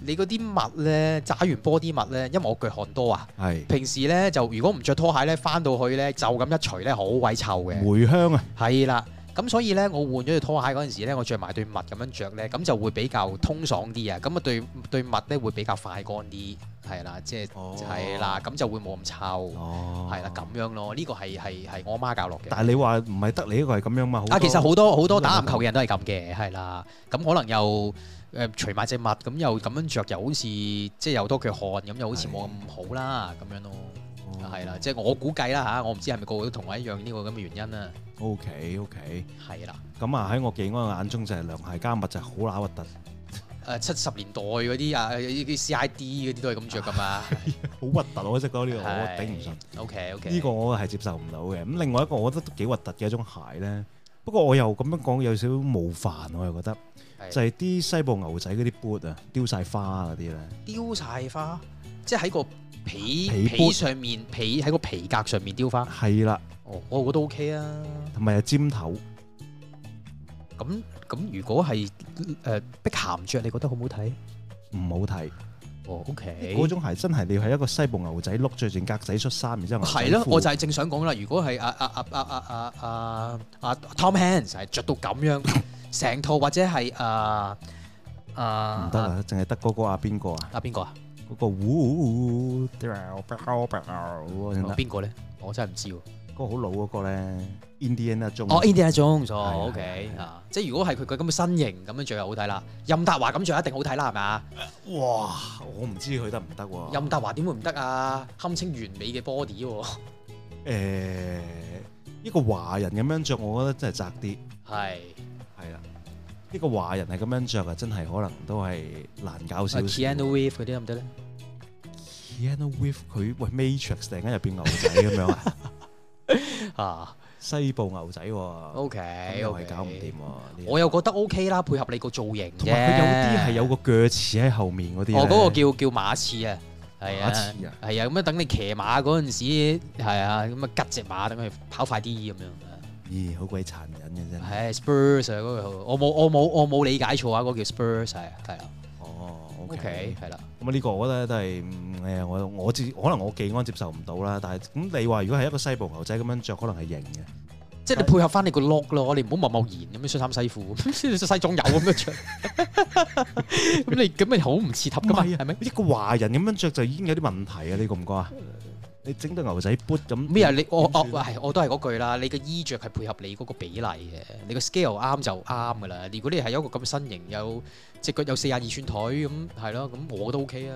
你嗰啲襪咧，揸完波啲襪咧，因為我腳汗多啊。
你係
平時咧就如果唔着拖鞋咧，翻到去咧就咁一除咧，好鬼臭嘅。
回鄉啊，
係啦，咁所以咧，我換咗對拖鞋嗰陣時咧，我着埋對襪咁樣着咧，咁就會比較通爽啲啊。咁啊對對襪咧會比較快乾啲，係啦，即係
哦
係啦，咁就會冇咁臭，
哦
係啦，咁樣咯。呢個係係係我媽教落嘅。
但係你話唔係得你一個係咁樣嘛？
啊，
多
其實好多好多
好多
打籃球嘅人都係咁嘅，係啦。咁可能又誒除埋隻襪，咁又咁樣着，又好似即係又多腳汗，咁又好似冇咁好啦，咁樣咯。
哦
係啦，即係我估計啦嚇，我唔知係咪個個都同我一樣呢個咁嘅原因啦。
O K O K，
係啦。
咁啊喺我技安嘅眼中就係涼鞋加襪就係好乸核突，
誒呃七十年代嗰啲啊，啲 CID 嗰啲都係咁着噶嘛。
好核突我真係覺得呢個哎我
係
頂唔順。
OK OK，
呢個我係接受唔到嘅。咁另外一個我覺得都幾核突嘅一種鞋咧，不過我又咁樣講有少少冒犯，我又覺得
係
就係啲西部牛仔嗰啲 boot 啊，雕晒花嗰啲咧，
雕晒花，即係喺個皮
皮
皮
杯
上面皮喺個皮革上面雕花。
係啦，
哦，我覺得 OK 啊。
同埋又尖頭，
咁咁如果係誒碧鹹着，你覺得好唔好睇？
唔好睇。
哦，OK。
嗰種鞋真係你係一個西部牛仔碌着件格仔恤衫，然之後牛仔
係咯，我就
褲
係正想講啦。如果係啊啊啊啊啊啊啊啊 Tom Hanks 係着到咁樣， 成套或者係啊啊
唔得啊，淨係得嗰個啊邊個啊，
啊邊個啊？
嗰個呜呜嗰
哦邊個咧？我真係唔知喎。
個好老嗰個咧，Indiana Jones
哦，Indiana Jones
係啊
哦，OK 啊，即係如果係佢佢咁嘅身形咁樣着又好睇啦，任達華咁着一定好睇啦，係咪啊？
哇，我唔知佢得唔得喎。
任達華點會唔得啊？堪稱完美嘅 body 喎，
誒、一個華人咁樣着，我覺得真係窄啲，
係
係啦。一個華人係咁樣着啊，真係可能都係難搞
啊
少少。
Keanu Reeves 嗰啲得唔得咧？
Keanu Reeves 佢喂 Matrix 突然間入邊牛仔咁樣 啊，
啊
西部牛仔喎、咁
，OK
又
OK，
係搞唔掂喎。呢
我又覺得 OK 啦，配合你個造型啫。
同埋佢有啲係有個鋸齒喺後面嗰啲呢。
我哦嗰個叫叫馬刺啊，係啊
馬刺啊，
係啊，咁啊等你騎馬嗰陣時係啊，咁啊吉只馬等佢跑快啲咁樣啊。
咦，好鬼殘忍嘅真係。
係 Spurs 啊，嗰個我冇我冇我冇理解錯啊，嗰個叫 Spurs 係係啦
哦
，OK 係啦，
咁啊呢個我覺得都係嗯誒，我我自可能我技安接受唔到啦。但係咁你話如果係一個西部牛仔咁樣着，可能係型嘅。
即係你配合翻你個 look 咯，你唔好默默然咁樣恤衫 西褲，西裝友咁 樣着，咁你咁咪好唔似合
唔
噶嘛，
係啊，
係咪？
一個華人咁樣着就已經有啲問題啊！你覺唔覺啊？你整對牛仔 boot 咁
咩啊？你我我
點算
係我都係嗰句啦，你嘅衣着係配合你嗰個比例嘅，你個 scale 啱就啱噶啦。如果你係有一個咁嘅身形，有隻腳有四廿二寸腿咁，係咯，咁我都 OK 啊。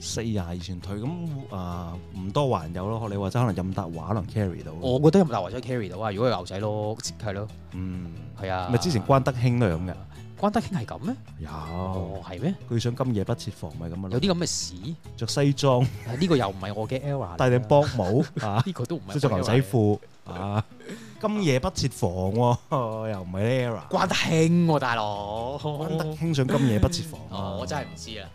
四廿二寸腿咁啊，唔多還有咯。學你話齋，可能任達華可能 carry 到。
我覺得任達華真係 carry 到啊，如果係牛仔 look 係咯，
嗯，
係啊。
咪之前關德興都係咁嘅。
關德興係咁咩？
有，
哦，係咩？
佢想今夜不設防咪咁啊
有，啲咁嘅事？
着西 裝，
啊呢個又唔係我嘅 era。
戴頂，波帽啊，
呢個都唔係。
着牛仔。褲啊，今夜不設防喎， 又唔係 era。
關德興喎，大佬。
關德興想今夜不設防啊
哦，我真係唔知啦。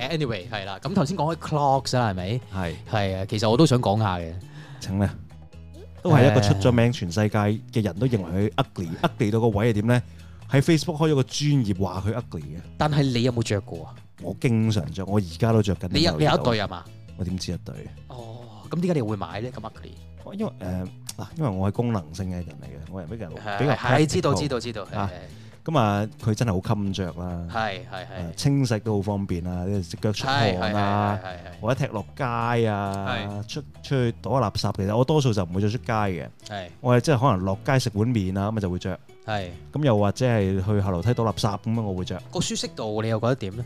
唉，anyway 係啦。咁頭先講開 clocks 啦，係咪？
係。
係啊，其實我都想講下嘅。
請咧，都係一個出咗名，全世界嘅人都認為佢 ugly，ugly 到個位係點咧？喺 Facebook 開咗個專業話佢 ugly 嘅，
但係你有冇着過啊？
我經常着，我而家都着緊。
你有你有一對
啊？
係嘛？
我點知一對？
哦，咁點解你會買咧？咁 ugly
我因為誒嗱，因為我係功能性嘅人嚟嘅，我人比較比較
係知道
practical
知。道知道係
啊咁啊，佢真係好襟着啦，
係係係
誒清洗都好方便啊，隻腳出
係係
汗啊
係。係
或者踢落街啊，出出去倒下垃圾，其實我多數就唔會着出街嘅，
係
我係即係可能落街食碗面啊，咁啊就會着。
係
咁又或者係去後樓梯倒垃圾咁樣，我會着
個舒適度，你又覺得點咧？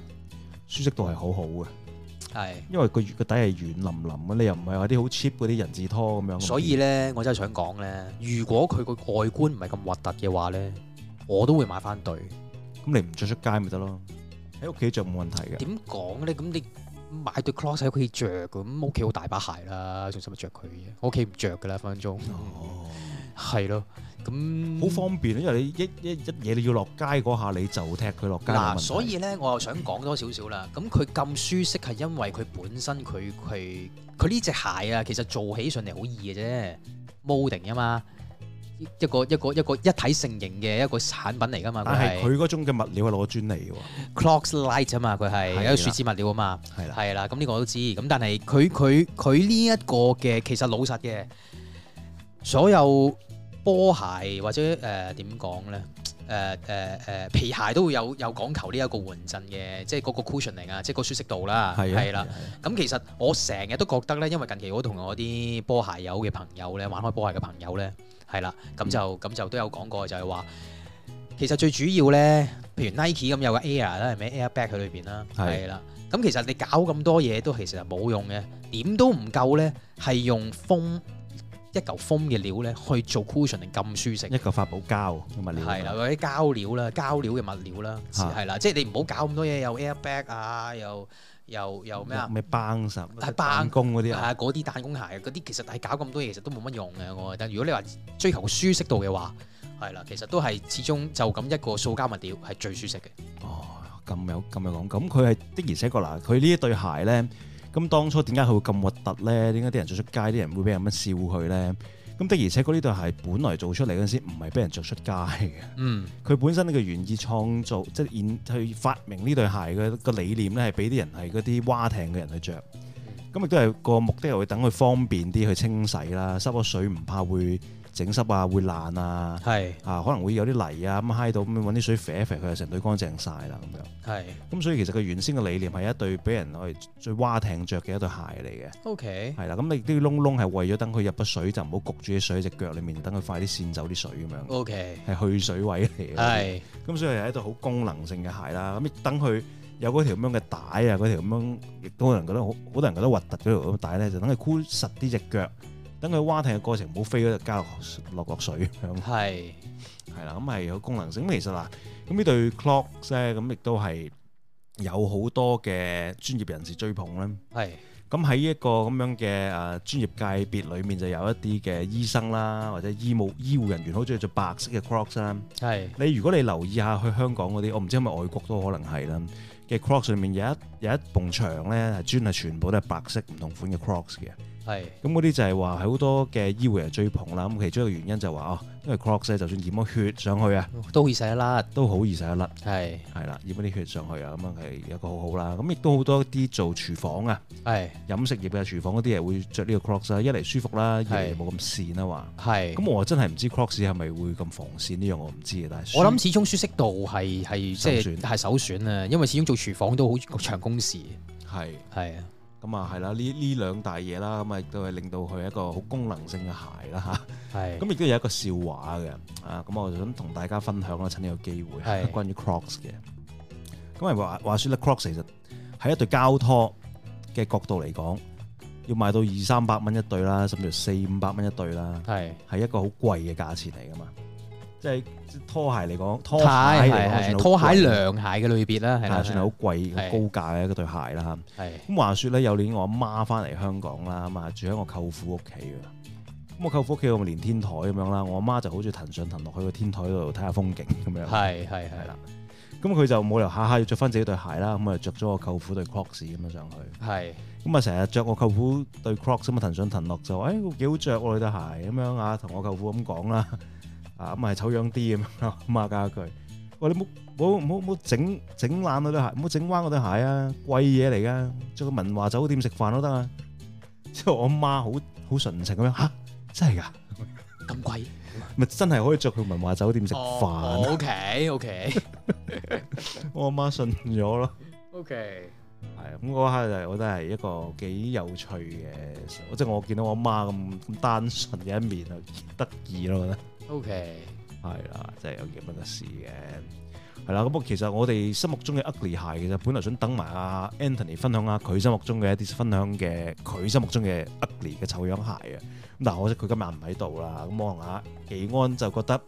舒適度係好好嘅，
係。
因為個月個底係軟腍腍嘅，你又唔係話啲好 cheap 嗰啲人字拖咁樣。
所以咧，我真係想講咧，如果佢個外觀唔係咁核突嘅話咧，我都會買翻對。
咁你唔着出街咪得咯，喺屋企着冇問題嘅。
點講咧？咁你買對 clog 喺屋企着咁，屋企好大把鞋啦，仲使乜着佢嘅？我屋企唔着噶啦，分分鐘。
哦，
係咯，咁
好方便啊，因為你一一一嘢你要落街嗰下，你就踢佢落街冇問
嗱，
題。
所以咧，我又想講多少少啦。咁佢咁舒適係因為佢本身佢佢佢呢只鞋啊，其實做起上嚟好易嘅啫，molding 啊嘛，一一個一個一個一體成型嘅一個產品嚟噶嘛。
但係
佢係
佢嗰種嘅物料係攞專利嘅喎，
clocks light 啊嘛，佢係
係啦
有一個樹脂物料啊嘛。
係啦，
係啦，咁呢個我都知。咁但係佢佢佢呢一個嘅其實老實嘅，所有波鞋或者誒點講咧？誒誒誒呃皮鞋都會有有講求呢一個緩震嘅，即係嗰個 cushioning 啊，即係個舒適度啦，
係啊
係啦。，咁其實我成日都覺得咧，因為近期我同我啲波鞋友嘅朋友咧，玩開波鞋嘅朋友咧，係啦，咁就咁就都有講過，就係話其實最主要咧，譬如 Nike 咁有個 Air 啦，係咪 Airbag 喺裏邊啦，
係
係啦。咁其實你搞咁多嘢都其實係冇用嘅，點都唔夠咧，係用風一嚿風嘅料咧去做 cushioning 咁舒適
一。嚿發泡膠嘅物料，啊
係啦，，或者膠料啦、膠料嘅物料啦，
嚇
係啦，即係你唔好搞咁多嘢，又 airbag 啊，又又又咩啊？
咩崩十，
係
彈弓嗰啲啊，
啊，嗰啲彈弓鞋嗰啲，其實係搞咁多嘢，其實都冇乜用嘅。我覺得，如果你話追求舒適度嘅話，係啦，其實都係始終就咁一個塑膠物料係最舒適嘅。
哦，咁有咁有講，咁佢係的而且確嗱，佢呢一對鞋咧，咁當初點解佢會咁核突咧？點解啲人着出街，啲人會俾人咁樣笑佢咧？咁的而且確呢對鞋本來做出嚟嗰陣時，唔係俾人着出街嘅。
嗯，
佢本身呢個原意創造，即係現去發明呢對鞋嘅個理念咧，係俾啲人係嗰啲蛙艇嘅人去着。咁亦都係個目的係會等佢方便啲去清洗啦，濕咗水唔怕會整濕啊，會爛啊，
係
啊可能會有啲泥啊咁揩到，咁揾啲水肥一肥佢，就成對乾淨晒啦咁樣。
係
咁所以其實佢原先嘅理念係一對俾人我哋最蛙艇着嘅一對鞋嚟嘅，
OK，
係啦。咁你啲窿窿係為咗等佢入咗水就唔好焗住啲水喺只腳裡面，等佢快啲濺走啲水咁樣，
OK，
係去水位嚟嘅。
係
咁所以係一對好功能性嘅鞋啦。咁等佢有嗰條咁樣嘅帶啊，嗰條咁樣亦都可能覺得好，好多人覺得核突嗰條咁嘅帶咧，就等佢箍實啲只腳，等佢蛙艇嘅過程唔好飛嗰只加落落落水咁樣。
係
係啦，咁係有功能性。咁其實嗱，咁呢對 clocks 咧，咁亦都係有好多嘅專業人士追捧啦。
係
咁喺一個咁樣嘅誒專業界別裏面，就有一啲嘅醫生啦，或者醫務醫護人員好中意着白色嘅 Crocs 啦。
係
你如果你留意下去香港嗰啲，我唔知係咪外國都可能係啦嘅 Crocs 上面有一有一埲牆咧，係專係全部都係白色唔同款嘅 Crocs 嘅。
係
咁嗰啲就係話係好多嘅醫護人追捧啦。咁其中一個原因就係話哦，因為 Crocs 咧就算染咗血上去啊，
都可以洗一粒，
都好易洗得甩。
係
係啦，染咗啲血上去啊，咁樣係有一個好好啦。咁亦都好多啲做廚房啊、
係
飲食業嘅廚房嗰啲係會着呢個 Crocs 啦，一嚟舒服啦，二嚟冇咁跣啊話。
係。
咁我真係唔知 Crocs 係咪會咁防跣呢樣，我唔知啊嘅。但係
我諗始終舒適度係係即係
首選
係首選啊，因為始終做廚房都好長工時，
係。
係啊，
咁啊，係啦，呢呢兩大嘢啦，咁啊，亦都係令到佢一個好功能性嘅鞋啦嚇。
係
咁亦都有一個笑話嘅，啊，咁我就想同大家分享啦，趁呢個機會，
係
關於 Crocs 嘅。咁係話話説咧，Crocs 其實喺一對膠拖嘅角度嚟講，要賣到二三百蚊一對啦，甚至乎四五百蚊一對啦，
係
係一個好貴嘅價錢嚟噶嘛。即係即係拖鞋嚟講，拖鞋嚟講
係
算
係
好
拖鞋
貴
涼鞋嘅類別啦，係啦，
係算係好貴
係
好高價嘅一對鞋啦嚇。
係
咁話説咧，有年我阿媽翻嚟香港啦，咁啊住喺我舅父屋企嘅。咁我舅父屋企有個連天台咁樣啦，我阿媽就好中意騰上騰落去個天台度睇下風景咁樣。
係
係
係係
啦，咁佢就冇理由下下要着翻自己對鞋啦，咁啊着咗我舅父對 Crocs 咁樣上去。
係
咁啊成日着我舅父對 Crocs 咁啊騰上騰落就誒幾好着喎你對鞋咁樣啊，同我舅父咁講啦。啊咁啊係醜樣啲咁樣啦，咁啊加一句。喂，你冇冇冇冇整整爛嗰對鞋，冇整彎嗰對鞋啊！貴嘢嚟噶，着個文華酒店食飯都得啊！ 之後我媽好好純情咁樣吓，真係㗎，
咁貴
咪真係可以着去文華酒店食飯。啊
O K O K
我阿媽信咗咯。
O K
係啊咁嗰刻就係我覺得係一個幾有趣嘅，即係我見到我媽咁咁單純嘅一面啊，得意咯，我覺得
O K
係啦，即係有咁樣嘅事嘅。係啦，咁我其實我哋心目中嘅 ugly 鞋，其實本來想等埋阿 Anthony 分享下佢心目中嘅一啲分享嘅佢心目中嘅 ugly 嘅醜樣鞋嘅。啊咁但係可惜佢今日唔喺度啦，咁我同阿技安就覺得啊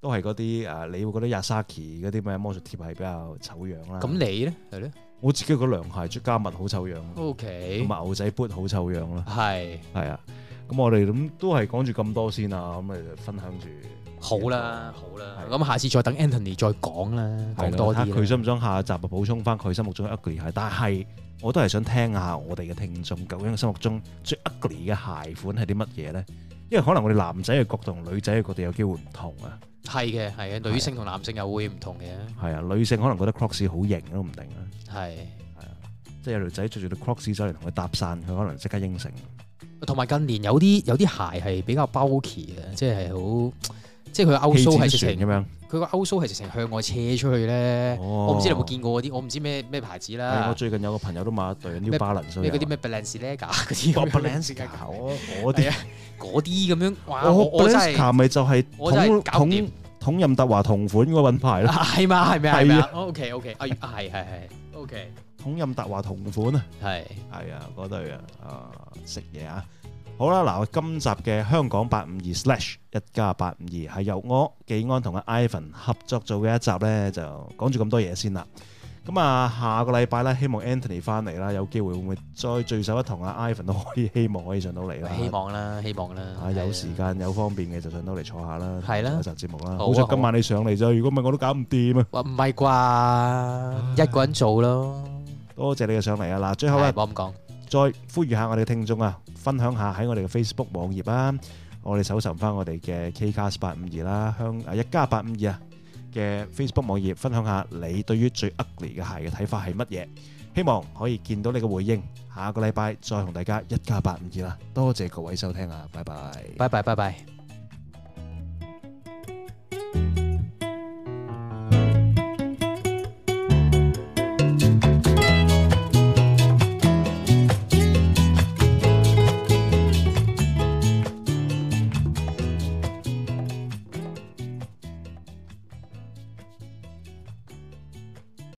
都係嗰啲誒，你會覺得 Yasaki 嗰啲咩魔術貼係比較醜樣啦。
咁你咧係咧
我自己個涼鞋加襪好臭樣，
O K，
同埋牛仔 boot 好臭樣啦，
係
係啊。咁我哋咁都係講住咁多先啊，咁咪分享住。
好啦，好啦。
係
咁下次再等 Anthony 再講啦，
係
講
啦睇
多
下佢
啲啦。
想唔想下集啊補充翻佢心目中嘅 ugly 鞋？但係我都係想聽下我哋嘅聽眾究竟心目中最 ugly 嘅鞋款係啲乜嘢咧？因為可能我哋男仔嘅角度同女仔嘅角度有機會唔同啊。
係嘅，係嘅，女性同男性又會唔同嘅，
係啊，女性可能覺得 Crocs 好型都唔定啊。
係。
即係有條仔着住對 Crocs 走嚟同佢搭訕，佢可能即刻應承。
同埋近年有啲有啲鞋係比較 bulky 嘅，即係好，即係佢嘅 outsole 係
氣
直情，
墊船咁樣。
佢個 outsole 係直情向外斜出去咧。
我
我唔知你有冇見過嗰啲，我唔知咩咩牌子
哦係我
啦，
最近有個朋友都買一對 New
咩
Balance 都有
咩嗰啲咩 Balenciaga 嗰 啲
哦
咁樣
，Balenciaga，我我
係
啲
啊嗰啲咁樣，哇！我
我
我真係
Balenciaga 咪就係
我真係
統
搞唔掂
統統任達華同款嗰個品 牌啦，
啊係嘛係咪啊係咪
係
啊
啊
？OK OK，啊係係係 OK
統任達華同款啊，
係
係啊，嗰對啊，啊食嘢啊，好啦，嗱，今集嘅香港八五二 slash 一加八五二係由我紀安同阿 Ivan 合作做嘅一集咧，就講住咁多嘢先啦。咁啊，下個禮拜咧，希望 Anthony 翻嚟啦，有機會會唔會再聚首一堂啊？Ivan 都可以，希望可以上到嚟啦。
希望啦希望啦，
啊，有時間有方便嘅就上到嚟坐下啦，
係啦
做一集節目啦。
好
好
啊
在今晚你上嚟啫，如果唔係我都搞唔掂啊！
哇唔係啩？一個人做咯，
多謝你嘅上嚟啊！嗱，最後
係
啦，
冇咁講，
再呼籲下我哋嘅聽眾啊，分享下喺我哋嘅 Facebook 網頁啊，我哋搜尋翻我哋嘅 KCast 八五二啦，香啊一家八五二啊嘅 Facebook 網頁，分享下你對於最 ugly 嘅鞋嘅睇法係乜嘢？希望可以見到你嘅回應。下個禮拜再同大家一家八五二啦，多謝各位收聽啊，拜拜。
拜拜拜拜。